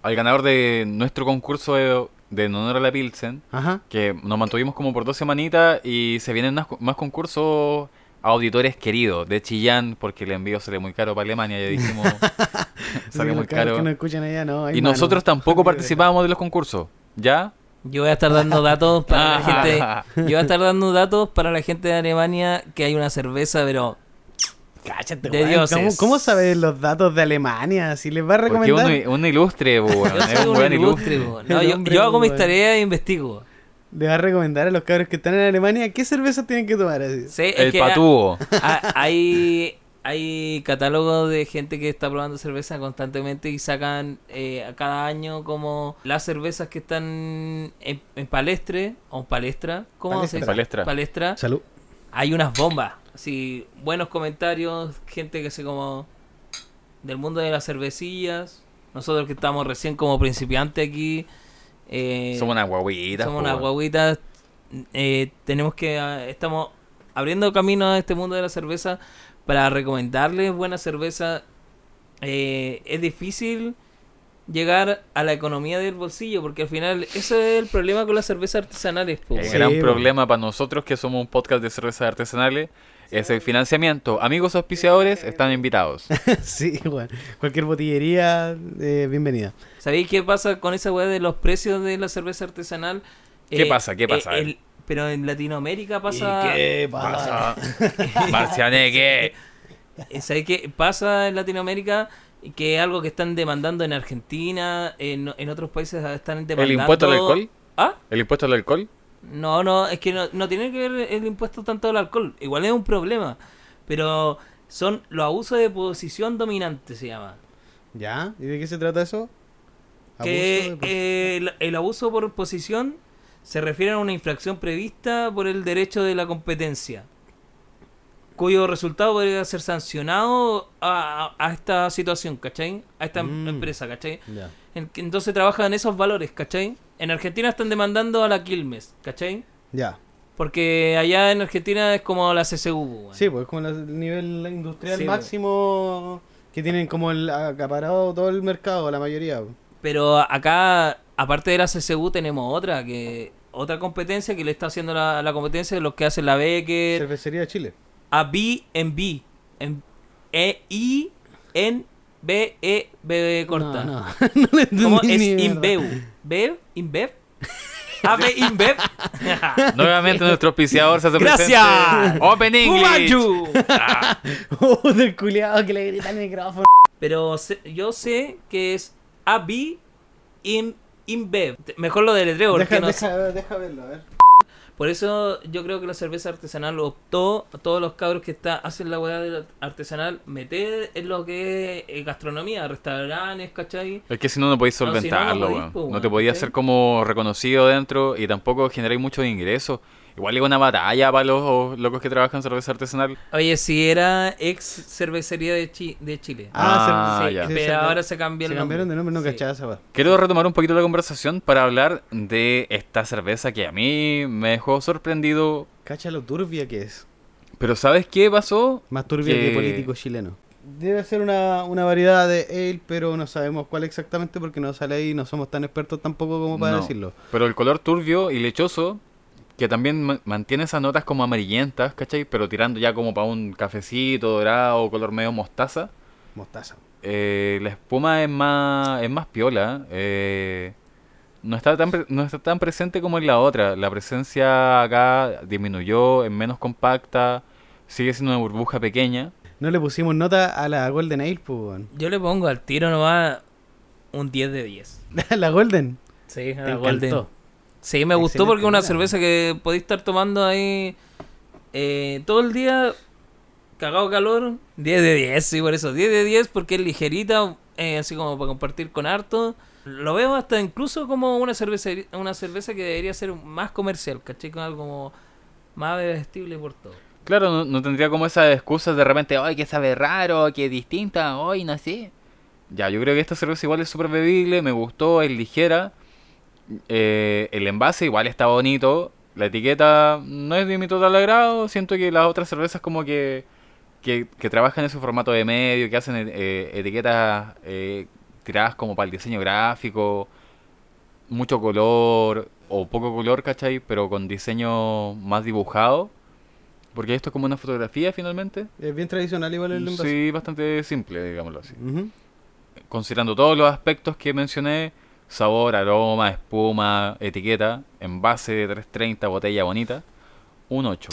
[SPEAKER 1] Al ganador de nuestro concurso de, de En Honor a la Pilsen,
[SPEAKER 2] Ajá.
[SPEAKER 1] que nos mantuvimos como por dos semanitas y se vienen más, más concursos a auditores queridos de Chillán, porque el envío sale muy caro para Alemania, ya dijimos. sale
[SPEAKER 2] Los
[SPEAKER 1] muy
[SPEAKER 2] cabros
[SPEAKER 1] caro.
[SPEAKER 2] Que no escuchan allá, no. hay
[SPEAKER 1] Y
[SPEAKER 2] mano.
[SPEAKER 1] nosotros tampoco participábamos de los concursos, ¿ya?
[SPEAKER 3] Yo voy a estar dando datos para la
[SPEAKER 1] Ajá.
[SPEAKER 3] gente. Yo voy a estar dando datos para la gente de Alemania que hay una cerveza, pero
[SPEAKER 2] Cáchate,
[SPEAKER 3] de
[SPEAKER 2] weón,
[SPEAKER 3] dioses.
[SPEAKER 2] ¿Cómo, cómo sabes los datos de Alemania? Si les va a
[SPEAKER 1] Porque
[SPEAKER 2] recomendar.
[SPEAKER 1] un, un ilustre, po, weón,
[SPEAKER 3] yo
[SPEAKER 1] es
[SPEAKER 3] soy
[SPEAKER 1] un
[SPEAKER 3] un
[SPEAKER 1] buen
[SPEAKER 3] ilustre, pues,
[SPEAKER 1] ilustre.
[SPEAKER 3] po.
[SPEAKER 2] El
[SPEAKER 3] No, yo,
[SPEAKER 2] hombre
[SPEAKER 3] yo hago mis
[SPEAKER 2] ilustre.
[SPEAKER 3] tareas e investigo.
[SPEAKER 2] Le va a recomendar a los cabros que están en Alemania qué cerveza tienen que tomar. Así.
[SPEAKER 3] Sí, es
[SPEAKER 1] El
[SPEAKER 3] que-
[SPEAKER 1] patúo.
[SPEAKER 3] Ah, hay, hay catálogos de gente que está probando cerveza constantemente y sacan eh, a cada año como las cervezas que están en, en palestre o palestra. ¿Cómo se dice?
[SPEAKER 1] Palestra.
[SPEAKER 3] Palestra.
[SPEAKER 2] Salud.
[SPEAKER 3] Hay unas bombas. Así, buenos comentarios, gente que se como del mundo de las cervecillas. Nosotros que estamos recién como principiantes aquí. eh,
[SPEAKER 1] Somos unas guaguitas.
[SPEAKER 3] somos
[SPEAKER 1] po,
[SPEAKER 3] unas
[SPEAKER 1] weón.
[SPEAKER 3] guaguitas. eh, tenemos que. ah, Estamos abriendo camino a este mundo de la cerveza para recomendarles buena cerveza. Eh, es difícil llegar a la economía del bolsillo porque al final ese es el problema con las cervezas artesanales. po,
[SPEAKER 1] El
[SPEAKER 2] Sí,
[SPEAKER 1] gran
[SPEAKER 2] weón.
[SPEAKER 1] problema para nosotros que somos un podcast de cervezas artesanales es el financiamiento. Amigos auspiciadores están invitados.
[SPEAKER 2] sí, weón. Cualquier botillería, eh, bienvenida.
[SPEAKER 3] ¿Sabéis qué pasa con esa weá de los precios de la cerveza artesanal? Eh,
[SPEAKER 1] ¿Qué pasa? ¿Qué pasa?
[SPEAKER 3] el- pero en Latinoamérica
[SPEAKER 2] ¿Y
[SPEAKER 3] pasa.
[SPEAKER 2] qué pasa?
[SPEAKER 1] Pasa. Marcianeque.
[SPEAKER 3] Eh, ¿Sabes qué pasa en Latinoamérica? Que es algo que están demandando en Argentina, en, en otros países están demandando...
[SPEAKER 1] impuesto al alcohol?
[SPEAKER 3] ¿Ah?
[SPEAKER 1] ¿El impuesto al alcohol?
[SPEAKER 3] No, no, es que no, no tiene que ver el impuesto tanto al alcohol. Igual es un problema. Pero son los abusos de posición dominante, se llama.
[SPEAKER 2] ¿Ya? ¿Y de qué se trata eso?
[SPEAKER 3] Que
[SPEAKER 2] Abuso de-
[SPEAKER 3] eh, el, el abuso por posición se refiere a una infracción prevista por el derecho de la competencia, cuyo resultado podría ser sancionado a, a- a esta situación, ¿cachai? A esta em-
[SPEAKER 2] Mm.
[SPEAKER 3] empresa, ¿cachai?
[SPEAKER 2] Ya.
[SPEAKER 3] En- Entonces trabajan en esos valores, ¿cachai? En Argentina están demandando a la Quilmes, ¿cachai?
[SPEAKER 2] Ya.
[SPEAKER 3] Porque allá en Argentina es como la CCU, weón.
[SPEAKER 2] Sí, pues es como la- el nivel industrial
[SPEAKER 3] Sí, pues.
[SPEAKER 2] máximo que tienen como el acaparado todo el mercado, la mayoría. pues.
[SPEAKER 3] Pero acá, aparte de la CCU, tenemos otra que otra competencia que le está haciendo la, la competencia de los que hacen la Becker,
[SPEAKER 2] Cervecería de Chile.
[SPEAKER 3] a B en B, en E I N B E B corta.
[SPEAKER 2] No, no, no le entendí
[SPEAKER 3] ¿Cómo es
[SPEAKER 2] ni mierda.
[SPEAKER 3] Inbeu? ¿Bev? ¿Inbev? ¿AB Inbev?
[SPEAKER 1] Nuevamente nuestro auspiciador se hace
[SPEAKER 3] ¡Gracias!
[SPEAKER 1] presente. Open English.
[SPEAKER 3] ¡Kumayu!
[SPEAKER 2] Oh, del culiado que le grita al micrófono.
[SPEAKER 3] Pero sé- yo sé que es AB in, Inbev. Mejor lo deletreo porque
[SPEAKER 2] Deja,
[SPEAKER 3] no sé.
[SPEAKER 2] deja, deja verlo, a ver.
[SPEAKER 3] Por eso yo creo que la cerveza artesanal optó a todos los cabros que está, hacen la hueá de la- artesanal meter en lo que es eh, gastronomía, restaurantes, ¿cachai?
[SPEAKER 1] Es que si no, no podéis
[SPEAKER 3] No, si no, no
[SPEAKER 1] solventarlo,
[SPEAKER 3] podís,
[SPEAKER 1] weón.
[SPEAKER 3] po,
[SPEAKER 1] No
[SPEAKER 3] weón,
[SPEAKER 1] te podías
[SPEAKER 3] ¿cachai?
[SPEAKER 1] hacer como reconocido dentro y tampoco generáis muchos ingresos. Igual es una batalla para los locos que trabajan en cerveza artesanal.
[SPEAKER 3] Oye, si era ex cervecería de, Chi- de Chile.
[SPEAKER 1] Ah,
[SPEAKER 2] cer-
[SPEAKER 1] sí, ya.
[SPEAKER 3] pero ahora se cambió el
[SPEAKER 2] se cambiaron de
[SPEAKER 3] nombre.
[SPEAKER 2] nombre, no
[SPEAKER 3] Sí.
[SPEAKER 2] cachaba esa weá.
[SPEAKER 1] Quiero retomar un poquito la conversación para hablar de esta cerveza que a mí me dejó sorprendido.
[SPEAKER 2] Cacha lo turbia que es.
[SPEAKER 1] Pero ¿sabes qué pasó?
[SPEAKER 2] Más turbia que,
[SPEAKER 1] Que-
[SPEAKER 2] político chileno. Debe ser una, una variedad de ale, pero no sabemos cuál exactamente porque no sale ahí y no somos tan expertos tampoco como para
[SPEAKER 1] No,
[SPEAKER 2] decirlo.
[SPEAKER 1] Pero el color turbio y lechoso, que también ma- mantiene esas notas como amarillentas, ¿cachai? Pero tirando ya como para un cafecito dorado, color medio mostaza.
[SPEAKER 2] Mostaza.
[SPEAKER 1] Eh, la espuma es más, es más piola. eh, no, está tan pre- no está tan presente como en la otra. La presencia acá disminuyó, es menos compacta, sigue siendo una burbuja pequeña.
[SPEAKER 2] No le pusimos nota a la Golden Ale, pues. weón.
[SPEAKER 3] Yo le pongo al tiro nomás un 10 de 10.
[SPEAKER 2] la Golden.
[SPEAKER 3] Sí,
[SPEAKER 2] Te encantó.
[SPEAKER 3] Sí, me gustó
[SPEAKER 2] Excelente
[SPEAKER 3] porque es una
[SPEAKER 2] idea.
[SPEAKER 3] cerveza que podéis estar tomando ahí eh, todo el día, cagado calor, 10 de 10, sí, por eso, 10 de 10 porque es ligerita, eh, así como para compartir con harto. Lo veo hasta incluso como una cerveza, una cerveza que debería ser más comercial, ¿cachai? Con algo como más bebestible por todo.
[SPEAKER 1] Claro, no, no tendría como esas excusas de repente, ay, que sabe raro, que es distinta, hoy no sé. Ya, yo creo que esta cerveza igual es súper bebible, me gustó, es ligera. eh, el envase igual está bonito. La etiqueta no es de mi total agrado. Siento que las otras cervezas como que, que, que trabajan en su formato de medio, que hacen eh, etiquetas eh, tiradas como para el diseño gráfico, mucho color o poco color, ¿cachai? Pero con diseño más dibujado. Porque esto es como una fotografía finalmente.
[SPEAKER 2] Es bien tradicional igual el envase.
[SPEAKER 1] Sí, bastante simple, digámoslo así.
[SPEAKER 2] Ujú.
[SPEAKER 1] Considerando todos los aspectos que mencioné, sabor, aroma, espuma, etiqueta, envase de 330, botella bonita, un 8.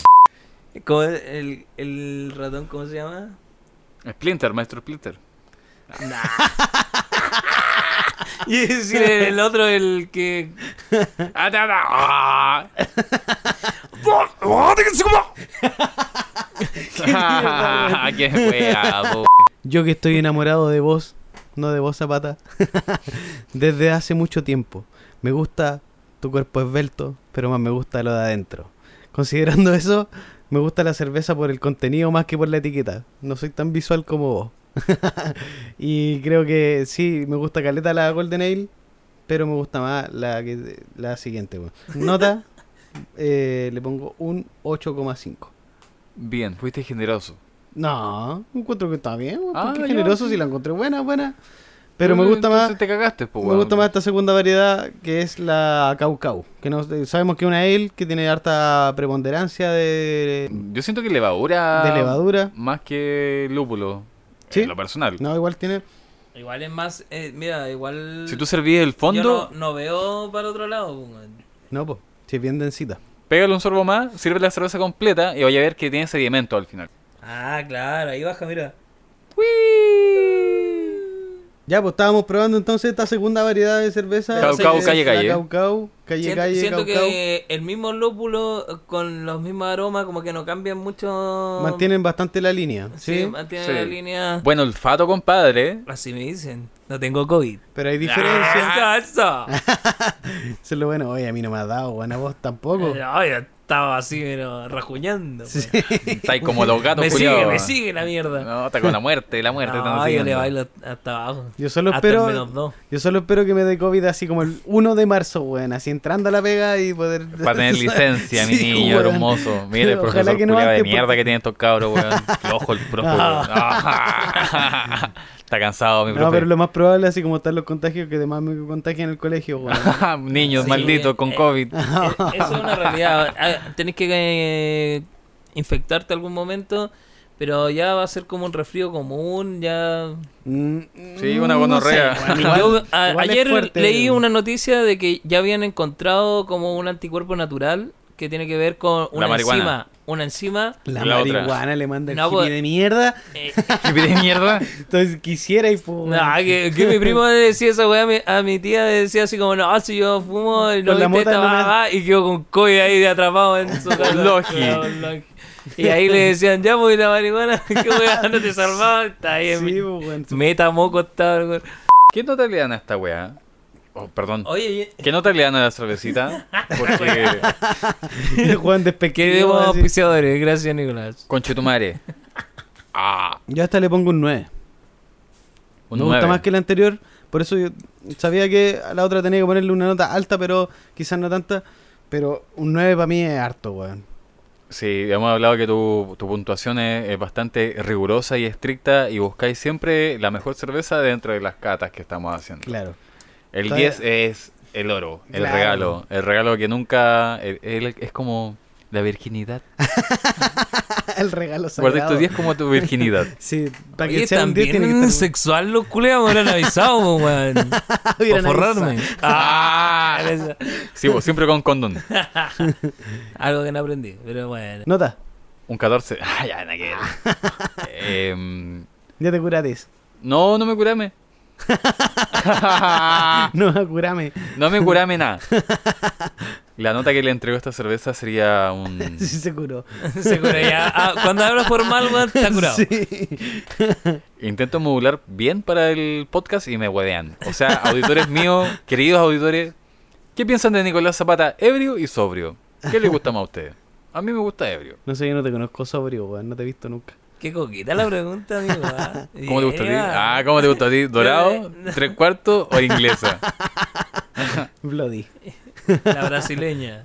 [SPEAKER 3] Como el, el ratón, ¿cómo se llama?
[SPEAKER 1] Splinter, maestro Splinter.
[SPEAKER 3] Nah. Y decir el otro, el que.
[SPEAKER 1] Ah, ¡Qué wea, po.
[SPEAKER 2] Yo que estoy enamorado de vos, no de vos Zapata, desde hace mucho tiempo. Me gusta tu cuerpo esbelto, pero más me gusta lo de adentro. Considerando eso, me gusta la cerveza por el contenido más que por la etiqueta. No soy tan visual como vos. y creo que sí, me gusta caleta la Golden Ale, pero me gusta más la, que, la siguiente. weón. Nota, eh, le pongo un 8,5.
[SPEAKER 1] Bien, fuiste generoso.
[SPEAKER 2] No, encuentro que está bien. weón,
[SPEAKER 1] Ah,
[SPEAKER 2] porque
[SPEAKER 1] ya,
[SPEAKER 2] generoso
[SPEAKER 1] sí.
[SPEAKER 2] si la encontré buena, buena. Pero me gusta más
[SPEAKER 1] Entonces te cagaste, po,
[SPEAKER 2] me
[SPEAKER 1] weón.
[SPEAKER 2] gusta más esta segunda variedad que es la Cau Cau. Que no, sabemos que es una ale que tiene harta preponderancia de,
[SPEAKER 1] Yo siento que levadura.
[SPEAKER 2] de levadura.
[SPEAKER 1] Más que lúpulo.
[SPEAKER 2] ¿Sí?
[SPEAKER 1] En lo personal.
[SPEAKER 2] No, igual tiene.
[SPEAKER 3] Igual es más. eh, mira, igual.
[SPEAKER 1] Si tú servís el
[SPEAKER 3] yo
[SPEAKER 1] fondo,
[SPEAKER 3] no, no veo para otro lado, pues, weón.
[SPEAKER 2] No, pues, si es bien densita.
[SPEAKER 1] pégale un sorbo más, sirve la cerveza completa y vaya a ver que tiene sedimento al final.
[SPEAKER 3] Ah, claro, ahí baja, mira.
[SPEAKER 2] Ya, pues estábamos probando entonces esta segunda variedad de cerveza.
[SPEAKER 1] Cau Cau,
[SPEAKER 2] que es
[SPEAKER 1] calle,
[SPEAKER 2] la
[SPEAKER 1] calle.
[SPEAKER 2] Cau Cau, calle,
[SPEAKER 3] Siento,
[SPEAKER 2] calle,
[SPEAKER 3] siento
[SPEAKER 2] Cau Cau.
[SPEAKER 3] que el mismo lúpulo eh, con los mismos aromas, como que no cambian mucho.
[SPEAKER 2] Mantienen bastante la línea,
[SPEAKER 3] Sí,
[SPEAKER 2] ¿sí?
[SPEAKER 3] mantiene
[SPEAKER 1] Sí.
[SPEAKER 3] la línea.
[SPEAKER 1] Bueno, olfato, compadre.
[SPEAKER 3] Así me dicen. No tengo COVID.
[SPEAKER 2] Pero hay diferencia.
[SPEAKER 3] Ah, eso.
[SPEAKER 2] Eso es lo bueno. Oye, a mí no me ha dado, bueno, a vos tampoco.
[SPEAKER 3] Eh, Ay, estaba así, pero rajuñando.
[SPEAKER 2] Sí.
[SPEAKER 3] pues.
[SPEAKER 1] Está ahí como los gatos,
[SPEAKER 3] Me sigue,
[SPEAKER 1] culiao.
[SPEAKER 3] me sigue la mierda.
[SPEAKER 1] No, está con la muerte, la muerte. están
[SPEAKER 3] No, yo le
[SPEAKER 1] siguiendo.
[SPEAKER 3] bailo hasta abajo.
[SPEAKER 2] Yo solo
[SPEAKER 3] Hasta
[SPEAKER 2] espero-
[SPEAKER 3] el menos dos.
[SPEAKER 2] Yo solo espero que me dé COVID así como el 1 de marzo, weón. Así entrando a la pega y poder.
[SPEAKER 1] Para tener licencia, mi
[SPEAKER 2] Sí,
[SPEAKER 1] niño
[SPEAKER 2] weón.
[SPEAKER 1] hermoso. Mire, el
[SPEAKER 2] Ojalá
[SPEAKER 1] profesor
[SPEAKER 2] que no
[SPEAKER 1] culiao de
[SPEAKER 2] antes,
[SPEAKER 1] mierda
[SPEAKER 2] porque-
[SPEAKER 1] que tienen estos cabros, weón. Flojo el profe, weón. Ah, Está cansado, mi
[SPEAKER 2] No,
[SPEAKER 1] profe.
[SPEAKER 2] pero lo más probable, así como están los contagios, que además me contagian en el colegio, weón.
[SPEAKER 1] Niños
[SPEAKER 3] Sí,
[SPEAKER 1] malditos con
[SPEAKER 3] eh,
[SPEAKER 1] COVID.
[SPEAKER 3] Eh, Eso es una realidad. Ah, Tenés que eh, infectarte algún momento, pero ya va a ser como un resfrío común. Ya.
[SPEAKER 2] Mm,
[SPEAKER 1] Sí, una gonorrea.
[SPEAKER 3] Yo, a- ayer leí una noticia de que ya habían encontrado como un anticuerpo natural que tiene que ver con una
[SPEAKER 1] marihuana.
[SPEAKER 3] enzima. Una enzima.
[SPEAKER 2] La,
[SPEAKER 1] La otra.
[SPEAKER 2] marihuana le manda el
[SPEAKER 3] No,
[SPEAKER 2] hippie
[SPEAKER 3] pues-
[SPEAKER 2] de mierda.
[SPEAKER 3] eh,
[SPEAKER 1] ¿Qué pide mierda?
[SPEAKER 2] Entonces quisiera y pues.
[SPEAKER 3] Nah, que, que mi primo decía esa weá, a mi, a mi tía decía así como, no, ah, si yo fumo, no
[SPEAKER 2] Con la
[SPEAKER 3] la
[SPEAKER 2] mota
[SPEAKER 3] mota
[SPEAKER 2] no me-
[SPEAKER 3] y quedó con COVID ahí de atrapado en su casa.
[SPEAKER 1] Logi.
[SPEAKER 3] Weón, logi. Y ahí le decían, ya voy la marihuana, que weá, no te salvaba, está ahí en
[SPEAKER 2] Sí,
[SPEAKER 3] mi-
[SPEAKER 2] pues, weón.
[SPEAKER 3] Meta moco estaba, weón.
[SPEAKER 1] ¿Qué nota le dan a esta weá? Oh, perdón.
[SPEAKER 3] Oye,
[SPEAKER 1] ¿Qué nota le dan a la cervecita? Porque.
[SPEAKER 2] El Juan despectivo.
[SPEAKER 3] queremos
[SPEAKER 2] así.
[SPEAKER 3] auspiciadores, gracias Nicolás.
[SPEAKER 1] Conchetumare. Ah,
[SPEAKER 2] Yo hasta le pongo un 9.
[SPEAKER 1] un
[SPEAKER 2] me gusta
[SPEAKER 1] Pues nueve.
[SPEAKER 2] más que la anterior. Por eso yo sabía que a la otra tenía que ponerle una nota alta, pero quizás no tanta. Pero un 9 para mí es harto, weón.
[SPEAKER 1] Sí, hemos hablado que tu, tu puntuación es, es bastante rigurosa y estricta y buscáis siempre la mejor cerveza dentro de las catas que estamos haciendo.
[SPEAKER 2] Claro.
[SPEAKER 1] El
[SPEAKER 2] Todavía-
[SPEAKER 1] 10 es el oro, el
[SPEAKER 2] Claro.
[SPEAKER 1] regalo, el regalo que nunca... el- el- es como la virginidad.
[SPEAKER 2] el regalo sagrado.
[SPEAKER 1] Guardé tu 10 como tu virginidad.
[SPEAKER 2] Sí, para que
[SPEAKER 3] Oye,
[SPEAKER 2] sea un 10 tiene que
[SPEAKER 3] también
[SPEAKER 2] estar...
[SPEAKER 3] sexual los culiados me hubieran avisado, weón. Para
[SPEAKER 2] Hubieran
[SPEAKER 3] forrarme.
[SPEAKER 2] avisado.
[SPEAKER 1] ¡Ah! Sí, vos, siempre con condón.
[SPEAKER 3] Algo que no aprendí, pero bueno.
[SPEAKER 2] Nota,
[SPEAKER 1] Un 14. Ah, ya, nada que ver. Em,
[SPEAKER 2] ya te curates.
[SPEAKER 1] no, no me curame.
[SPEAKER 2] No, curame.
[SPEAKER 1] No me curame nada. La nota que le entregó esta cerveza sería un.
[SPEAKER 2] Sí, se curó.
[SPEAKER 3] Se cura ya. Ah, cuando hablo formal, weón, está curado.
[SPEAKER 2] Sí.
[SPEAKER 1] Intento modular bien para el podcast y me huevean. O sea, auditores míos, queridos auditores, ¿qué piensan de Nicolás Zapata ebrio y sobrio? ¿Qué le gusta más a ustedes? A mí me gusta ebrio.
[SPEAKER 2] No sé, yo no te conozco sobrio, weón. No te he visto nunca.
[SPEAKER 3] Qué coqueta la pregunta, amigo. ¿ah?
[SPEAKER 1] ¿Cómo te gusta a ti?
[SPEAKER 3] Yeah.
[SPEAKER 1] Ah, ¿cómo te gusta a ti? ¿Dorado, tres cuartos o inglesa?
[SPEAKER 2] Bloody.
[SPEAKER 3] La brasileña.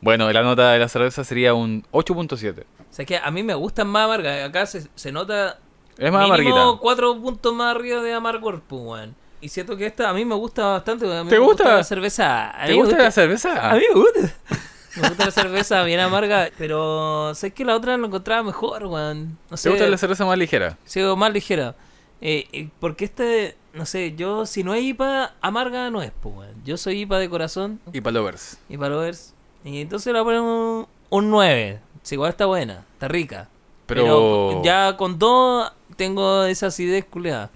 [SPEAKER 1] bueno, la nota de la cerveza sería un 8.7.
[SPEAKER 3] O sea, es que a mí me gustan más amargas. Acá se, se nota
[SPEAKER 1] Es más
[SPEAKER 3] mínimo
[SPEAKER 1] amarguita.
[SPEAKER 3] cuatro puntos más arriba de amargor, pues, weón. Y siento que esta a mí me gusta bastante. weón. A mí
[SPEAKER 1] ¿Te
[SPEAKER 3] me gusta?
[SPEAKER 1] gusta?
[SPEAKER 3] la cerveza. A mí
[SPEAKER 1] ¿Te
[SPEAKER 3] me
[SPEAKER 1] gusta la cerveza?
[SPEAKER 3] A mí me gusta. Me gusta la cerveza bien amarga, pero sé que la otra la encontraba mejor, weón. No sé.
[SPEAKER 1] ¿Te gusta la cerveza más ligera?
[SPEAKER 3] Sí, o más ligera. Eh, eh, porque este, no sé, yo si no es IPA, amarga no es, pues, weón. Yo soy IPA de corazón,
[SPEAKER 1] Y Palovers.
[SPEAKER 3] IPA lovers. Y entonces la ponemos un 9. Si igual está buena, está rica.
[SPEAKER 1] Pero,
[SPEAKER 3] ya con dos tengo esa acidez culeada.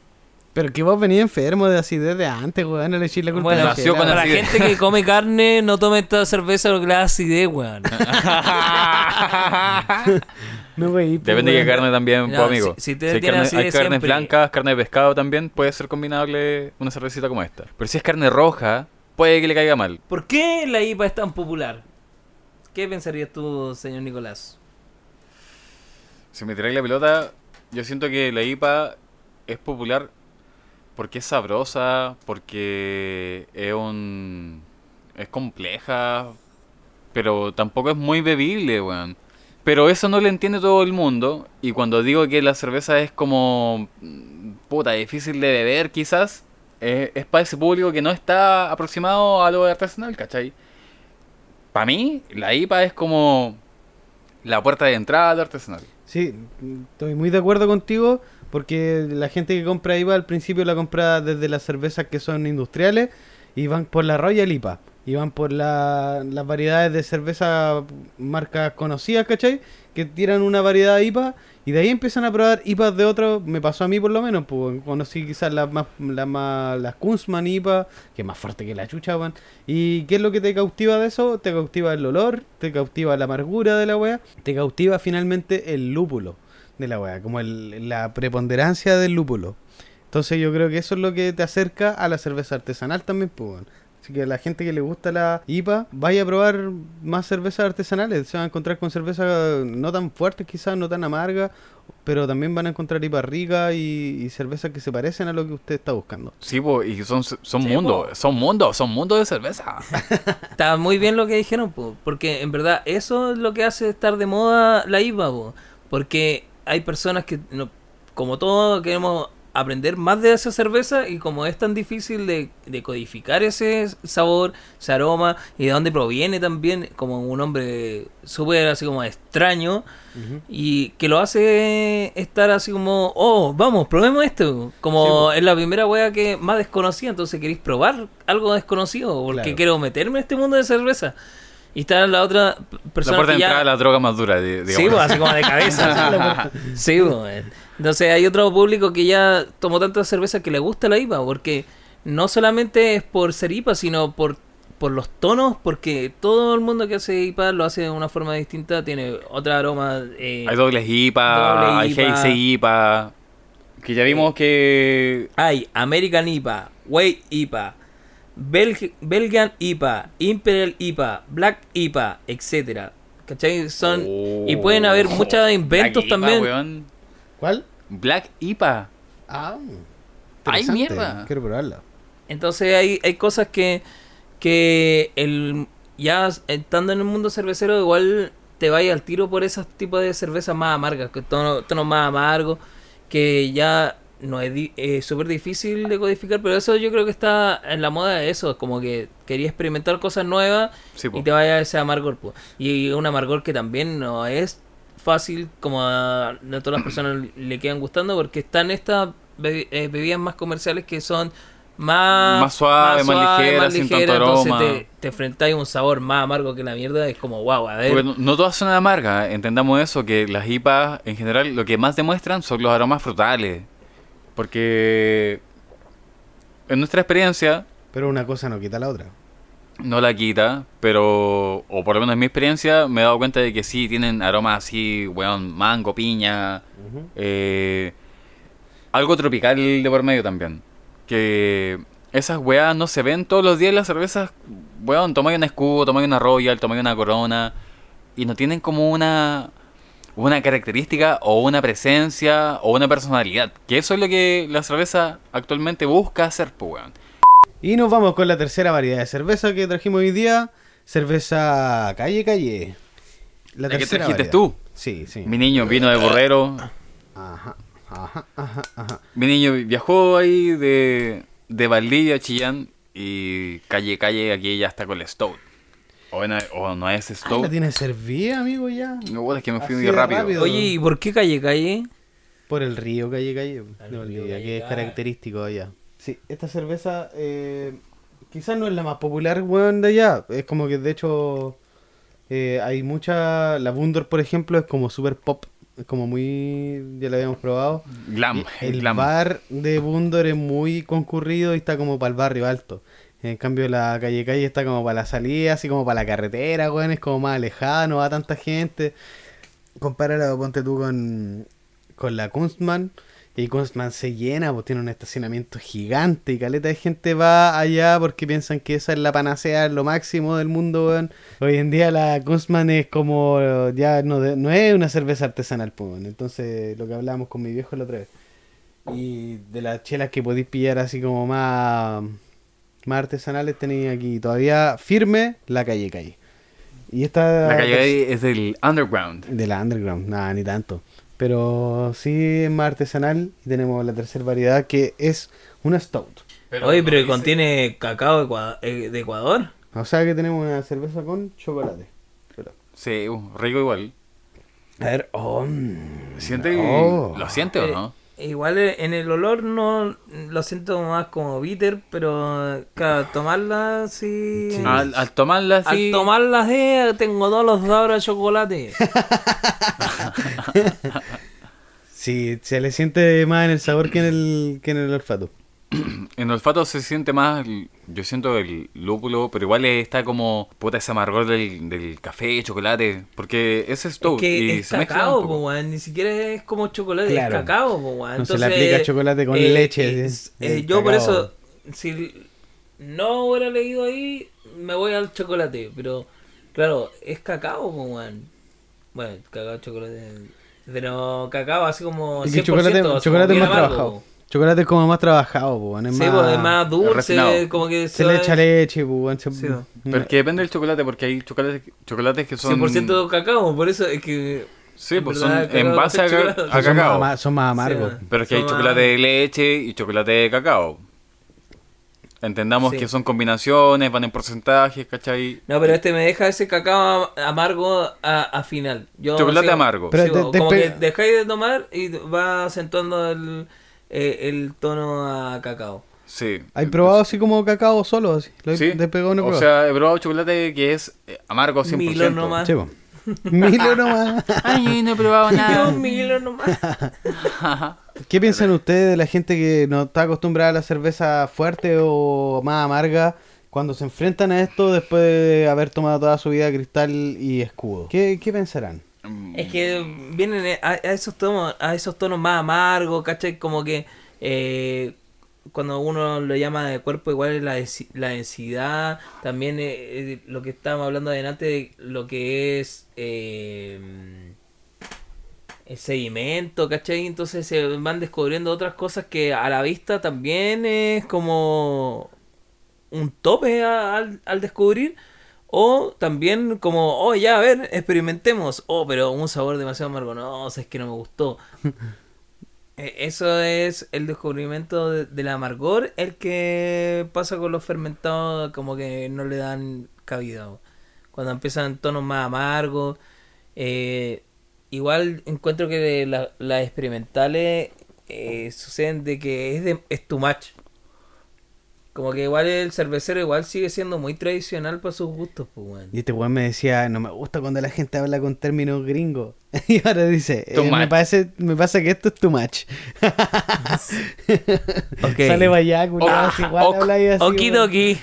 [SPEAKER 2] Pero que vos venís enfermo de así desde antes, weón. No le echéis la culpa
[SPEAKER 3] Bueno,
[SPEAKER 2] a la
[SPEAKER 1] nació
[SPEAKER 2] chela,
[SPEAKER 1] con
[SPEAKER 2] weón.
[SPEAKER 3] para la
[SPEAKER 1] acidez.
[SPEAKER 3] gente que come carne, no tome esta cerveza porque le da acidez, weón.
[SPEAKER 2] No, wey,
[SPEAKER 1] Depende de qué carne también,
[SPEAKER 3] Ya,
[SPEAKER 1] pues, amigo.
[SPEAKER 3] si- si te
[SPEAKER 1] hay
[SPEAKER 3] tiene
[SPEAKER 1] carne-
[SPEAKER 3] así
[SPEAKER 1] hay
[SPEAKER 3] de
[SPEAKER 1] carnes
[SPEAKER 3] siempre.
[SPEAKER 1] blancas, carne de pescado también, puede ser combinable una cervecita como esta. Pero si es carne roja, puede que le caiga mal.
[SPEAKER 3] ¿Por qué la IPA es tan popular? ¿Qué pensarías tú, señor Nicolás?
[SPEAKER 1] Si me tiráis la pelota, yo siento que la IPA es popular porque es sabrosa, porque es un... es compleja, pero tampoco es muy bebible, weón. Pero eso no lo entiende todo el mundo, y cuando digo que la cerveza es como... mm, puta, difícil de beber quizás, eh, es para ese público que no está aproximado a lo artesanal, ¿cachai? Para mí, la IPA es como la puerta de entrada a lo artesanal.
[SPEAKER 2] Sí, estoy muy de acuerdo contigo porque la gente que compra IVA al principio la compra desde las cervezas que son industriales y van por la Royal IPA y van por la- las variedades de cerveza marcas conocidas, ¿cachai? Que tiran una variedad de IPA y de ahí empiezan a probar IPAs de otros, me pasó a mí por lo menos, pues conocí quizás las más, las más, las Kunzman IPA, que es más fuerte que la chucha, weón. ¿Y qué es lo que te cautiva de eso? Te cautiva el olor, te cautiva la amargura de la wea, te cautiva finalmente el lúpulo de la wea, como el- la preponderancia del lúpulo. Entonces yo creo que eso es lo que te acerca a la cerveza artesanal también, pues. weón. Así que la gente que le gusta la IPA, vaya a probar más cervezas artesanales. Se van a encontrar con cervezas no tan fuertes quizás, no tan amargas, pero también van a encontrar IPA rica y, y cervezas que se parecen a lo que usted está buscando.
[SPEAKER 1] Sí, po, y son, son
[SPEAKER 3] Sí,
[SPEAKER 1] mundos,
[SPEAKER 3] po.
[SPEAKER 1] son mundos, son mundos de cerveza.
[SPEAKER 3] Está muy bien lo que dijeron, po, porque en verdad eso es lo que hace estar de moda la IPA, po, porque hay personas que, no- como todo, queremos aprender más de esa cerveza y como es tan difícil de, de codificar ese sabor, ese aroma y de dónde proviene también, como un hombre súper así como extraño, Y que lo hace estar así como, oh, vamos, probemos esto.
[SPEAKER 2] Sí,
[SPEAKER 3] Como
[SPEAKER 2] po.
[SPEAKER 3] es la primera wea que más desconocida, entonces queréis probar algo desconocido, porque
[SPEAKER 2] Claro.
[SPEAKER 3] quiero meterme en este mundo de cerveza. Y está la otra p-
[SPEAKER 1] la
[SPEAKER 3] persona
[SPEAKER 1] puerta de
[SPEAKER 3] que ya-
[SPEAKER 1] entrada a la droga más dura, di-
[SPEAKER 3] Sí,
[SPEAKER 1] digamos.
[SPEAKER 3] po, así como de cabeza. así. sí, po, eh. Entonces hay otro público que ya tomó tanta cerveza que le gusta la IPA, porque no solamente es por ser IPA, sino por, por los tonos, porque todo el mundo que hace IPA lo hace de una forma distinta, tiene otra aroma. eh,
[SPEAKER 1] hay dobles IPA,
[SPEAKER 3] Doble
[SPEAKER 1] hay
[SPEAKER 3] IPA.
[SPEAKER 1] Heisei IPA. Que ya vimos que.
[SPEAKER 3] Hay American IPA, White IPA, Belg- Belgian IPA, Imperial IPA, Black IPA, etcétera. ¿Cachai? Son, y pueden haber
[SPEAKER 1] Oh,
[SPEAKER 3] muchos inventos
[SPEAKER 1] Black IPA,
[SPEAKER 3] también.
[SPEAKER 1] weón.
[SPEAKER 2] ¿Cuál?
[SPEAKER 1] Black IPA.
[SPEAKER 2] Ah,
[SPEAKER 1] Ay,
[SPEAKER 2] interesante.
[SPEAKER 1] mierda.
[SPEAKER 2] Quiero probarla.
[SPEAKER 3] Entonces hay, hay cosas que, que el, ya estando en el mundo cervecero igual te vayas al tiro por esos tipos de cervezas más amargas, que tono- tonos más amargos, que ya no es di- eh, súper difícil de codificar, pero eso yo creo que está en la moda de eso, como que quería experimentar cosas nuevas
[SPEAKER 1] Sí, po.
[SPEAKER 3] y te vaya ese amargor. po. Y un amargor que también no es fácil, como a, no todas las personas le quedan gustando, porque están estas bebi- eh, bebidas más comerciales que son más,
[SPEAKER 1] Más suave, más ligera, sin tanto
[SPEAKER 3] entonces
[SPEAKER 1] aroma.
[SPEAKER 3] te, te enfrentáis a un sabor más amargo que la mierda, es como guau, a ver.
[SPEAKER 1] Porque no, no todas son amargas, ¿eh? entendamos eso, que las IPAs en general lo que más demuestran son los aromas frutales. Porque en nuestra experiencia,
[SPEAKER 2] Pero una cosa no quita la otra.
[SPEAKER 1] no la quita, pero, o por lo menos en mi experiencia, me he dado cuenta de que sí, tienen aromas así, weón, mango, piña, eh, algo tropical de por medio también. Que esas weas no se ven todos los días en las cervezas, weón, tomáis una escudo, tomáis una royal, tomáis una corona, y no tienen como una, una característica o una presencia o una personalidad, que eso es lo que la cerveza actualmente busca hacer, pues, weón.
[SPEAKER 2] Y nos vamos con la tercera variedad de cerveza que trajimos hoy día. Cerveza calle calle.
[SPEAKER 1] La que
[SPEAKER 2] tercera
[SPEAKER 1] trajiste
[SPEAKER 2] variedad.
[SPEAKER 1] tú.
[SPEAKER 2] Sí, sí.
[SPEAKER 1] Mi niño vino de burrero.
[SPEAKER 2] Ajá, ajá, ajá, ajá.
[SPEAKER 1] Mi niño viajó ahí de, de Valdivia a Chillán y calle, calle, aquí ya está con el Stout. O, no- o no es
[SPEAKER 2] Ah, la
[SPEAKER 1] Stout.
[SPEAKER 2] tiene servida, amigo, ya.
[SPEAKER 1] No, bueno, es que me fui
[SPEAKER 2] Así
[SPEAKER 1] muy
[SPEAKER 2] de
[SPEAKER 1] rápido.
[SPEAKER 2] rápido.
[SPEAKER 3] Oye, ¿y por qué calle calle?
[SPEAKER 2] Por el río calle calle. de Valdivia,
[SPEAKER 3] Calle
[SPEAKER 2] que es
[SPEAKER 3] Calle.
[SPEAKER 2] característico de allá. Sí, esta cerveza eh, quizás no es la más popular, weón, de allá. Es como que de hecho eh, hay mucha... La Bundor, por ejemplo, es como super pop. es como muy. Ya lo habíamos probado.
[SPEAKER 1] Glam.
[SPEAKER 2] Eh, El
[SPEAKER 1] glam.
[SPEAKER 2] bar de Bundor es muy concurrido y está como para el barrio alto. En cambio, la calle calle está como para la salida, así como para la carretera, weón. Es como más alejada, no va tanta gente. Compáralo, ponte tú con, con la Kunstmann. Y Kunstmann se llena, pues tiene un estacionamiento gigante. Y caleta de gente va allá porque piensan que esa es la panacea, es lo máximo del mundo, weón. Hoy en día la Kunstmann es como. Ya no, de- no es una cerveza artesanal, pues, weón. Entonces, lo que hablábamos con mi viejo la otra vez. Y de las chelas que podéis pillar así como más, más artesanales tenéis aquí todavía firme la calle calle. Y esta
[SPEAKER 1] La calle es del underground.
[SPEAKER 2] de la underground, nada, ni tanto. Pero sí es más artesanal y tenemos la tercera variedad que es una stout.
[SPEAKER 3] Oye, pero contiene cacao ecua- eh, de Ecuador.
[SPEAKER 2] O sea que tenemos una cerveza con chocolate. Pero-
[SPEAKER 1] Sí, uh, rico igual.
[SPEAKER 2] A ver, oh, mm.
[SPEAKER 1] ¿Siente
[SPEAKER 2] Oh.
[SPEAKER 1] ¿Lo siente ¿Este o
[SPEAKER 3] Eh,
[SPEAKER 1] no?
[SPEAKER 3] Igual eh, en el olor no lo siento más como bitter, pero claro, al tomarla sí. eh,
[SPEAKER 2] Sí.
[SPEAKER 3] Al,
[SPEAKER 1] Al, al tomarla así.
[SPEAKER 3] tomarla sí, tengo todos los sabores de chocolate.
[SPEAKER 2] sí, se le siente más en el sabor que en el, que en el olfato.
[SPEAKER 1] En olfato se siente más. l- Yo siento el lúpulo, pero igual está como. Puta ese amargor del, del café, chocolate. Porque ese es stout.
[SPEAKER 3] que
[SPEAKER 1] y
[SPEAKER 3] es
[SPEAKER 1] se mezcla un
[SPEAKER 3] cacao,
[SPEAKER 1] poco.
[SPEAKER 3] po, weón, ni siquiera es como chocolate,
[SPEAKER 2] Claro.
[SPEAKER 3] es cacao, po, weón.
[SPEAKER 2] No se le aplica chocolate con leche, es-
[SPEAKER 3] eh,
[SPEAKER 2] es
[SPEAKER 3] yo por
[SPEAKER 2] cacao.
[SPEAKER 3] eso, si no hubiera leído ahí, me voy al chocolate, pero claro, es cacao, po, weón. Bueno, cacao, chocolate, pero cacao así como 100%.
[SPEAKER 2] Y que el chocolate,
[SPEAKER 3] así como
[SPEAKER 2] chocolate es
[SPEAKER 3] bien
[SPEAKER 2] más
[SPEAKER 3] amargo,
[SPEAKER 2] trabajado.
[SPEAKER 3] po.
[SPEAKER 2] Chocolate es como más trabajado, po, es
[SPEAKER 3] Sí,
[SPEAKER 2] más,
[SPEAKER 3] po, es más dulce,
[SPEAKER 1] refinado.
[SPEAKER 3] como que
[SPEAKER 2] Se le echa
[SPEAKER 3] suave,
[SPEAKER 2] leche, po, weón, se-
[SPEAKER 3] Sí, po.
[SPEAKER 1] Pero que depende del chocolate, porque hay chocolates, chocolates que son.
[SPEAKER 3] 100% cacao, por eso es que...
[SPEAKER 1] Sí, pues
[SPEAKER 3] en
[SPEAKER 1] son
[SPEAKER 3] verdad, cacao
[SPEAKER 1] en base a,
[SPEAKER 3] con
[SPEAKER 1] ca-
[SPEAKER 3] chocolate.
[SPEAKER 1] a
[SPEAKER 2] son, más,
[SPEAKER 1] cacao.
[SPEAKER 2] ama- son más amargos.
[SPEAKER 3] Sí,
[SPEAKER 1] Pero es que hay
[SPEAKER 3] Son
[SPEAKER 1] chocolate de leche y chocolate de cacao. Entendamos
[SPEAKER 3] Sí.
[SPEAKER 1] que son combinaciones, van en porcentajes, ¿cachai?
[SPEAKER 3] No, pero este me deja ese cacao am- amargo a, a final. Yo
[SPEAKER 1] Chocolate amargo.
[SPEAKER 2] Pero
[SPEAKER 3] sí,
[SPEAKER 2] de-
[SPEAKER 3] o- como
[SPEAKER 2] despe-
[SPEAKER 3] que dejáis de tomar y va acentuando el, eh, el tono a cacao.
[SPEAKER 1] Sí.
[SPEAKER 2] ¿Hay probado así como cacao solo? Así? ¿Lo
[SPEAKER 1] Sí.
[SPEAKER 2] he despegado una
[SPEAKER 1] O
[SPEAKER 2] prueba?
[SPEAKER 1] sea, he probado chocolate que es eh, amargo 100%.
[SPEAKER 3] Milo nomás.
[SPEAKER 2] Sí, po. Milo nomás.
[SPEAKER 1] Ay, no he probado
[SPEAKER 3] Dios
[SPEAKER 2] pues.
[SPEAKER 1] nada.
[SPEAKER 3] mío, nomás.
[SPEAKER 2] ¿Qué piensan ustedes de la gente que no está acostumbrada a la cerveza fuerte o más amarga cuando se enfrentan a esto después de haber tomado toda su vida cristal y escudo? ¿Qué, qué pensarán?
[SPEAKER 3] Es que vienen e, a, a esos tonos, a esos tonos más amargos, ¿cachai? Como que eh, cuando uno lo llama de cuerpo, igual es la, densi- la densidad. También eh, eh, lo que estábamos hablando adelante, de lo que es eh, el sedimento, ¿cachai? Entonces se van descubriendo otras cosas que a la vista también es como un tope a- al, al descubrir. O también como, oh, ya, a ver, experimentemos. Oh, pero un sabor demasiado amargo. No, o sea, es que no me gustó. Eh, Eso es el descubrimiento de- del amargor, el que pasa con los fermentados, como que no le dan cabida. o. Cuando empiezan tonos más amargos. eh, igual encuentro que la- las experimentales eh, suceden de que es, de, es too much. Como que igual el cervecero igual sigue siendo muy tradicional para sus gustos, pues, weón.
[SPEAKER 2] Y este weón me decía, no me gusta cuando la gente habla con términos gringos. Y ahora dice,
[SPEAKER 1] Too
[SPEAKER 2] eh, me,
[SPEAKER 1] much.
[SPEAKER 2] parece, me pasa que esto es too much. Sale vaya, culiao,
[SPEAKER 1] Ah,
[SPEAKER 2] si igual
[SPEAKER 1] ok,
[SPEAKER 2] habla ahí así, weón.
[SPEAKER 3] Okidoki.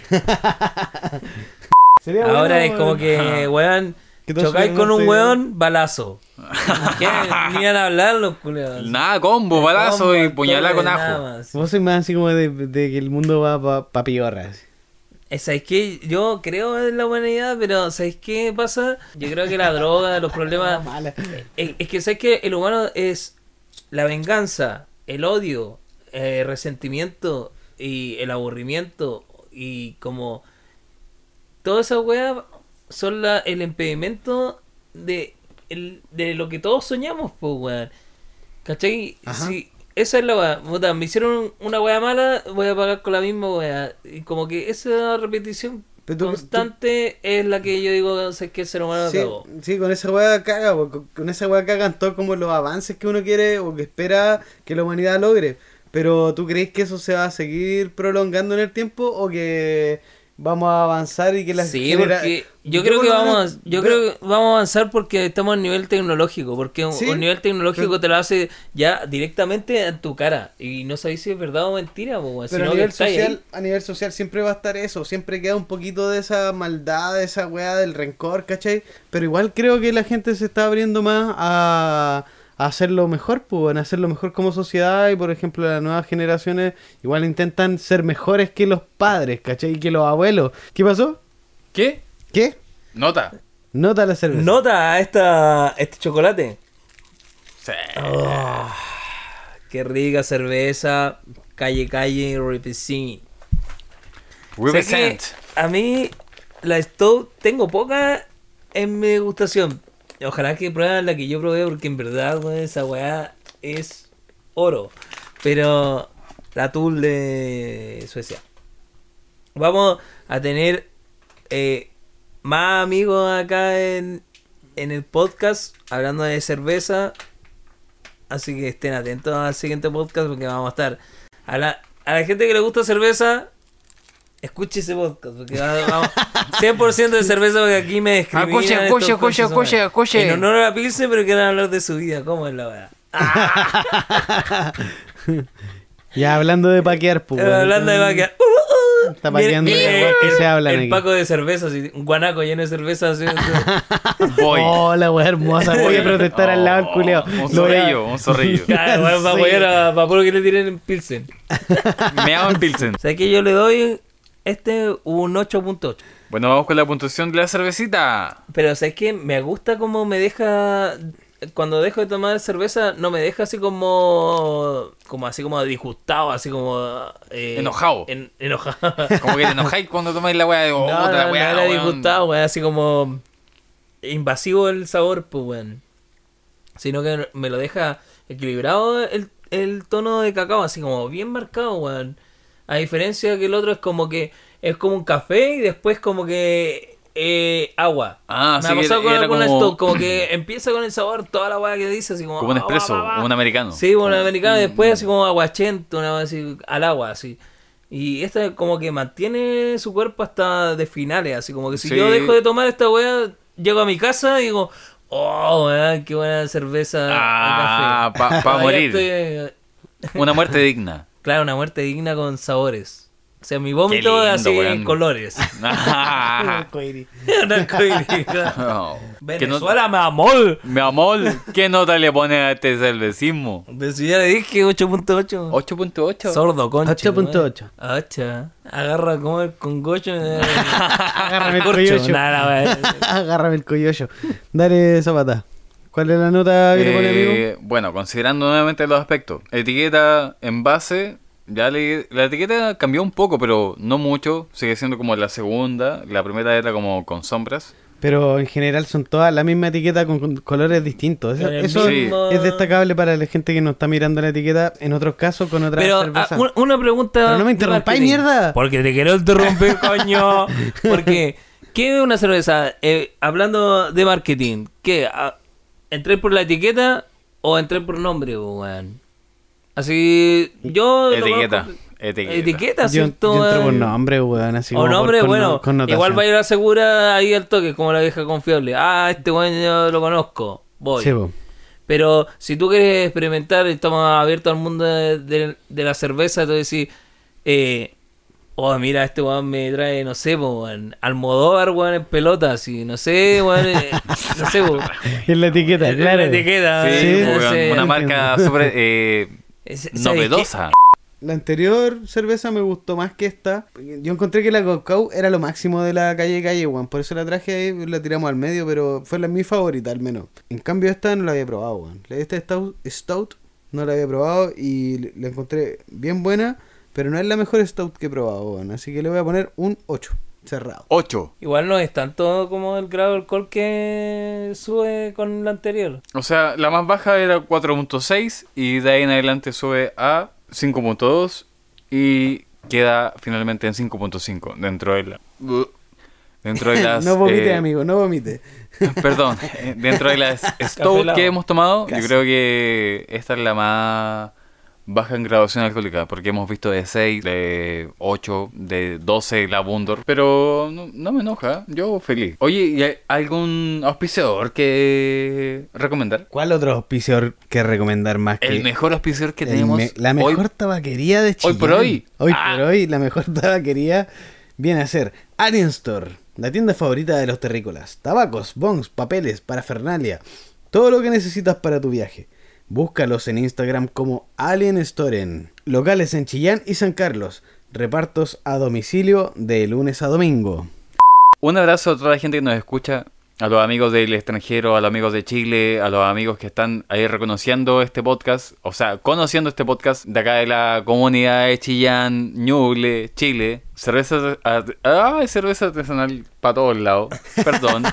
[SPEAKER 2] Sería bueno,
[SPEAKER 3] Ahora es
[SPEAKER 2] weón.
[SPEAKER 3] como que, weón,
[SPEAKER 2] Que todos
[SPEAKER 3] chocáis
[SPEAKER 2] se
[SPEAKER 3] con un
[SPEAKER 2] conocen.
[SPEAKER 3] weón, balazo. ¿Qué? Ni van a hablar los culeos.
[SPEAKER 1] Nada, combo, balazo y puñalada con ajo.
[SPEAKER 2] Vos sois más así como de, de que el mundo va pa, pa piorra, así.
[SPEAKER 3] ¿Sabéis qué? Yo creo en la humanidad, pero ¿sabéis qué pasa? Yo creo que la droga, los problemas.
[SPEAKER 2] Mala.
[SPEAKER 3] Es, es que ¿sabéis que el humano es la venganza, el odio, el resentimiento y el aburrimiento y como todas esas weas son la, el impedimento de, el- de lo que todos soñamos, pues weón. ¿Cachai? Si esa es la wea. Puta, me hicieron una wea mala, voy a pagar con la misma wea. Y como que esa repetición
[SPEAKER 2] Pero tú-
[SPEAKER 3] constante es la que yo digo, sé que el ser humano
[SPEAKER 2] Sí,
[SPEAKER 3] acabó.
[SPEAKER 2] sí, con esa weá caga, po, con, con esa weá cagan todos como los avances que uno quiere o que espera que la humanidad logre. Pero ¿tú crees que eso se va a seguir prolongando en el tiempo o que vamos a avanzar y que las
[SPEAKER 3] Sí,
[SPEAKER 2] genera-
[SPEAKER 3] porque yo creo que
[SPEAKER 2] por lo menos-
[SPEAKER 3] vamos, yo creo que vamos a avanzar porque estamos a nivel tecnológico, porque un-
[SPEAKER 2] Sí,
[SPEAKER 3] un nivel tecnológico te lo hace ya directamente en tu cara y no sabéis si es verdad o mentira, po, weón,
[SPEAKER 2] Pero
[SPEAKER 3] sino
[SPEAKER 2] a
[SPEAKER 3] que
[SPEAKER 2] nivel,
[SPEAKER 3] estáis
[SPEAKER 2] social, a nivel social siempre va a estar eso, siempre queda un poquito de esa maldad, de esa weá del rencor, ¿cachai? Pero igual creo que la gente se está abriendo más a, a hacerlo mejor, pues, a hacerlo mejor como sociedad y por ejemplo las nuevas generaciones igual intentan ser mejores que los padres, ¿cachai? Y que los abuelos. ¿Qué pasó?
[SPEAKER 1] ¿Qué?
[SPEAKER 2] ¿Qué?
[SPEAKER 1] Nota.
[SPEAKER 2] Nota la
[SPEAKER 3] ahí.
[SPEAKER 2] cerveza.
[SPEAKER 3] Nota a esta este chocolate.
[SPEAKER 1] Sí.
[SPEAKER 3] Ah, Qué rica cerveza, calle calle represent.
[SPEAKER 1] Represent.
[SPEAKER 3] Sé que A mí la Stout tengo poca en mi degustación. Ojalá que prueben la que yo probé porque en verdad weón, esa weá es oro. Pero la Tul de Suecia. Vamos a tener eh, más amigos acá en, en el podcast hablando de cerveza. Así que estén atentos al siguiente podcast porque vamos a estar... A la, a la gente que le gusta cerveza, escuche ese podcast. Porque va- vamos, 100% de cerveza porque aquí me describí.
[SPEAKER 4] Escuche, escuche, escuche, escuche, escuche.
[SPEAKER 3] En honor a la Pilsen, pero quieren hablar de su vida. ¿Cómo es la verdad?
[SPEAKER 2] Ya hablando de paquear, pues. weón.
[SPEAKER 3] Eh, hablando de vaca. Uh, uh.
[SPEAKER 2] Está paqueando
[SPEAKER 3] Viene-
[SPEAKER 2] las
[SPEAKER 3] viene
[SPEAKER 2] weas que
[SPEAKER 3] el-
[SPEAKER 2] se hablan
[SPEAKER 3] El
[SPEAKER 2] aquí.
[SPEAKER 3] paco de cerveza, así, un guanaco lleno de cerveza. así,
[SPEAKER 1] Voy.
[SPEAKER 2] Oh, la wea hermosa. Voy a protestar al lado del culeo.
[SPEAKER 1] Oh, Un
[SPEAKER 2] Lo voy a-
[SPEAKER 1] zorrillo, un zorrillo.
[SPEAKER 3] Claro, bueno, para
[SPEAKER 2] Sí.
[SPEAKER 3] apoyar Ah, a para puro que le tiren en Pilsen.
[SPEAKER 1] Me hago en Pilsen.
[SPEAKER 3] O sea que yo le doy este un 8.8.
[SPEAKER 1] Bueno, vamos con la puntuación de la cervecita.
[SPEAKER 3] Pero o sea, es que me gusta cómo me deja. Cuando dejo de tomar cerveza, no me deja así como. como así como disgustado, así como. eh,
[SPEAKER 1] Enojado.
[SPEAKER 3] en- enojado.
[SPEAKER 1] Como que te enojáis cuando tomáis la weá de oh,
[SPEAKER 3] No,
[SPEAKER 1] puta,
[SPEAKER 3] no,
[SPEAKER 1] la weá,
[SPEAKER 3] no era
[SPEAKER 1] weón.
[SPEAKER 3] disgustado, weón. Así como invasivo el sabor, pues, weón. Sino que me lo deja equilibrado el, el tono de cacao, así como bien marcado, weón. A diferencia que el otro es como que es como un café y después como que eh, agua.
[SPEAKER 1] Ah,
[SPEAKER 3] me
[SPEAKER 1] sí,
[SPEAKER 3] ha pasado
[SPEAKER 1] era-
[SPEAKER 3] con
[SPEAKER 1] era
[SPEAKER 3] alguna
[SPEAKER 1] como-
[SPEAKER 3] esto, como que empieza con el sabor toda la weá que dice, así como...
[SPEAKER 1] Como un
[SPEAKER 3] ah, va,
[SPEAKER 1] expreso,
[SPEAKER 3] va, va.
[SPEAKER 1] un americano.
[SPEAKER 3] Sí, bueno, americano y después así como aguachento, una vez así, al agua, así. Y esta como que mantiene su cuerpo hasta de finales, así como que si
[SPEAKER 1] Sí.
[SPEAKER 3] yo dejo de tomar esta weá, llego a mi casa y digo, oh, weá, qué buena cerveza.
[SPEAKER 1] Ah,
[SPEAKER 3] al café".
[SPEAKER 1] pa- pa'
[SPEAKER 3] Ya
[SPEAKER 1] morir.
[SPEAKER 3] estoy-
[SPEAKER 1] Una muerte digna.
[SPEAKER 3] claro, una muerte digna con sabores. O sea, mi vómito
[SPEAKER 1] lindo,
[SPEAKER 3] así
[SPEAKER 1] weón. Ah.
[SPEAKER 3] en colores.
[SPEAKER 2] Coiri.
[SPEAKER 3] Un arcoíris, claro.
[SPEAKER 1] No. ¿Qué no-
[SPEAKER 3] Venezuela, mi amor.
[SPEAKER 1] Mi amor, ¿qué nota le pones a este cervecismo?
[SPEAKER 3] Pues ya le dije 8.8.
[SPEAKER 1] 8.8.
[SPEAKER 3] Sordo, concha.
[SPEAKER 2] 8.8.
[SPEAKER 3] weón. Ocho. Agarra a comer con gocho. eh,
[SPEAKER 2] Agárrame el
[SPEAKER 3] corcho.
[SPEAKER 2] coyocho.
[SPEAKER 3] Nada, weón.
[SPEAKER 2] Agárrame el coyoyo. Dale, Zapata. ¿Cuál es la nota que le pone amigo?
[SPEAKER 1] Eh, bueno, considerando nuevamente los aspectos, etiqueta, envase, ya le- la etiqueta cambió un poco, pero no mucho, sigue siendo como la segunda, la primera era como con sombras.
[SPEAKER 2] Pero en general son todas la misma etiqueta con, con colores distintos. Eso,
[SPEAKER 3] Con el
[SPEAKER 2] eso
[SPEAKER 3] mismo-
[SPEAKER 2] es destacable para la gente que nos está mirando la etiqueta. En otros casos, con otras
[SPEAKER 3] Pero
[SPEAKER 2] cervezas.
[SPEAKER 3] ah, un- una pregunta.
[SPEAKER 2] Pero no me
[SPEAKER 3] de
[SPEAKER 2] interrumpáis,
[SPEAKER 3] marketing.
[SPEAKER 2] mierda.
[SPEAKER 3] Porque te quiero interrumpir, coño. Porque, ¿qué es una cerveza? Eh, hablando de marketing, ¿qué? Ah, ¿Entré por la etiqueta o entré por nombre, weón? Así, yo. lo
[SPEAKER 1] Etiqueta,
[SPEAKER 3] conozco-
[SPEAKER 1] etiqueta.
[SPEAKER 3] Etiqueta,
[SPEAKER 2] yo,
[SPEAKER 3] ¿cierto?
[SPEAKER 2] yo entro por
[SPEAKER 3] weón?
[SPEAKER 2] nombre, weón. Así
[SPEAKER 3] O
[SPEAKER 2] como
[SPEAKER 3] nombre,
[SPEAKER 2] por- con
[SPEAKER 3] bueno,
[SPEAKER 2] no- connotación.
[SPEAKER 3] igual va a ir a segura ahí al toque, como la vieja confiable. Ah, este weón yo lo conozco, voy.
[SPEAKER 2] Sí, po.
[SPEAKER 3] Pero si tú quieres experimentar, estamos abiertos al mundo de, de- de la cerveza, tú decís, eh, oh, mira, este weón me trae, no sé, po, weón, Almodóvar, weón, en pelotas, y no sé, weón, eh, no sé, po.
[SPEAKER 2] Es la etiqueta,
[SPEAKER 3] Es la
[SPEAKER 2] claro.
[SPEAKER 3] etiqueta,
[SPEAKER 1] Sí, pues,
[SPEAKER 2] Sí,
[SPEAKER 1] weón,
[SPEAKER 3] ese-
[SPEAKER 1] una marca sobre, eh,
[SPEAKER 3] Ese- ¿sabes
[SPEAKER 1] novedosa.
[SPEAKER 2] La anterior cerveza me gustó más que esta. Yo encontré que la Cocau era lo máximo de la calle Calle, weón. Por eso la traje ahí, la tiramos al medio, pero fue la mi favorita al menos. En cambio esta no la había probado, weón. La- Esta Stout, Stout no la había probado y la encontré bien buena, pero no es la mejor Stout que he probado, weón. Así que le voy a poner un 8, cerrado.
[SPEAKER 1] 8.
[SPEAKER 3] Igual no es tanto como el grado de alcohol que sube con la anterior.
[SPEAKER 1] O sea, la más baja era 4.6 y de ahí en adelante sube a 5.2 y queda finalmente en 5.5 dentro de la... Dentro de las...
[SPEAKER 2] no vomite,
[SPEAKER 1] eh,
[SPEAKER 2] amigo, no vomite.
[SPEAKER 1] Perdón, eh, dentro de las Stout
[SPEAKER 3] helado.
[SPEAKER 1] que hemos tomado,
[SPEAKER 2] Casi.
[SPEAKER 1] yo creo que esta es la más baja en graduación alcohólica, porque hemos visto de 6, de 8, de 12 la Bundor, pero no, no me enoja, yo feliz. Oye, ¿y hay algún auspiciador que recomendar?
[SPEAKER 2] ¿Cuál otro auspiciador que recomendar más que
[SPEAKER 1] El mejor auspiciador que
[SPEAKER 2] el
[SPEAKER 1] tenemos
[SPEAKER 2] me- la
[SPEAKER 1] hoy-
[SPEAKER 2] mejor tabaquería de Chile?
[SPEAKER 1] hoy por hoy.
[SPEAKER 2] Hoy
[SPEAKER 1] Ah.
[SPEAKER 2] por hoy, la mejor tabaquería viene a ser Alien Store, la tienda favorita de los terrícolas. Tabacos, bongs, papeles, parafernalia, todo lo que necesitas para tu viaje. Búscalos en Instagram como Alien Store en locales en Chillán y San Carlos. Repartos a domicilio de lunes a domingo.
[SPEAKER 1] Un abrazo a toda la gente que nos escucha, a los amigos del extranjero, a los amigos de Chile, a los amigos que están ahí reconociendo este podcast, o sea, conociendo este podcast de acá de la comunidad de Chillán, Ñuble, Chile. Cerveza, art- ay, cerveza artesanal para todos lados, perdón.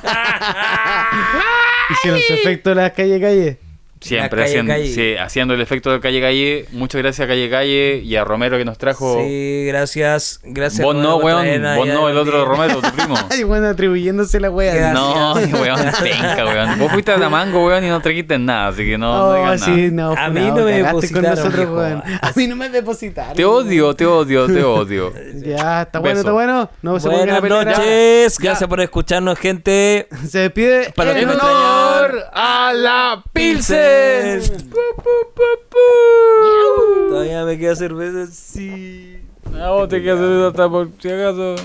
[SPEAKER 2] Hicieron su efecto las calle calle.
[SPEAKER 1] Siempre
[SPEAKER 3] La calle,
[SPEAKER 1] haciendo,
[SPEAKER 3] calle.
[SPEAKER 1] sí, haciendo el efecto de Calle Calle. Muchas gracias a Calle Calle y a Romero que nos trajo.
[SPEAKER 3] Sí, gracias. Gracias.
[SPEAKER 1] vos no,
[SPEAKER 3] Romero, por
[SPEAKER 1] weón,
[SPEAKER 3] traer
[SPEAKER 1] vos
[SPEAKER 3] allá
[SPEAKER 1] no, el otro
[SPEAKER 3] también.
[SPEAKER 1] Romero, tu primo.
[SPEAKER 2] Ay, bueno, atribuyéndose la wea.
[SPEAKER 1] No, weón, penca, weón. Vos fuiste a Tamango, weón, y no trajiste nada, así que no, no
[SPEAKER 2] Oh,
[SPEAKER 1] digas nada.
[SPEAKER 2] sí, no,
[SPEAKER 3] A
[SPEAKER 2] fue
[SPEAKER 3] mí
[SPEAKER 2] una
[SPEAKER 3] no
[SPEAKER 2] boca,
[SPEAKER 3] me
[SPEAKER 2] cagaste con
[SPEAKER 3] depositaron,
[SPEAKER 2] nosotros,
[SPEAKER 3] viejo.
[SPEAKER 2] weón. A mí no me depositaron.
[SPEAKER 1] Te odio, te odio, te odio.
[SPEAKER 2] Ya, está bueno,
[SPEAKER 1] Beso.
[SPEAKER 2] está bueno. No se puede
[SPEAKER 3] Buenas
[SPEAKER 2] la pelea.
[SPEAKER 3] noches. Gracias por escucharnos, gente.
[SPEAKER 2] Se despide.
[SPEAKER 3] Para
[SPEAKER 2] el
[SPEAKER 3] que no te
[SPEAKER 2] honor.
[SPEAKER 1] Por a la Pilsen.
[SPEAKER 3] Pilsen. Todavía me queda cerveza. Sí.
[SPEAKER 1] A Ah, vos te quedas hasta por si acaso.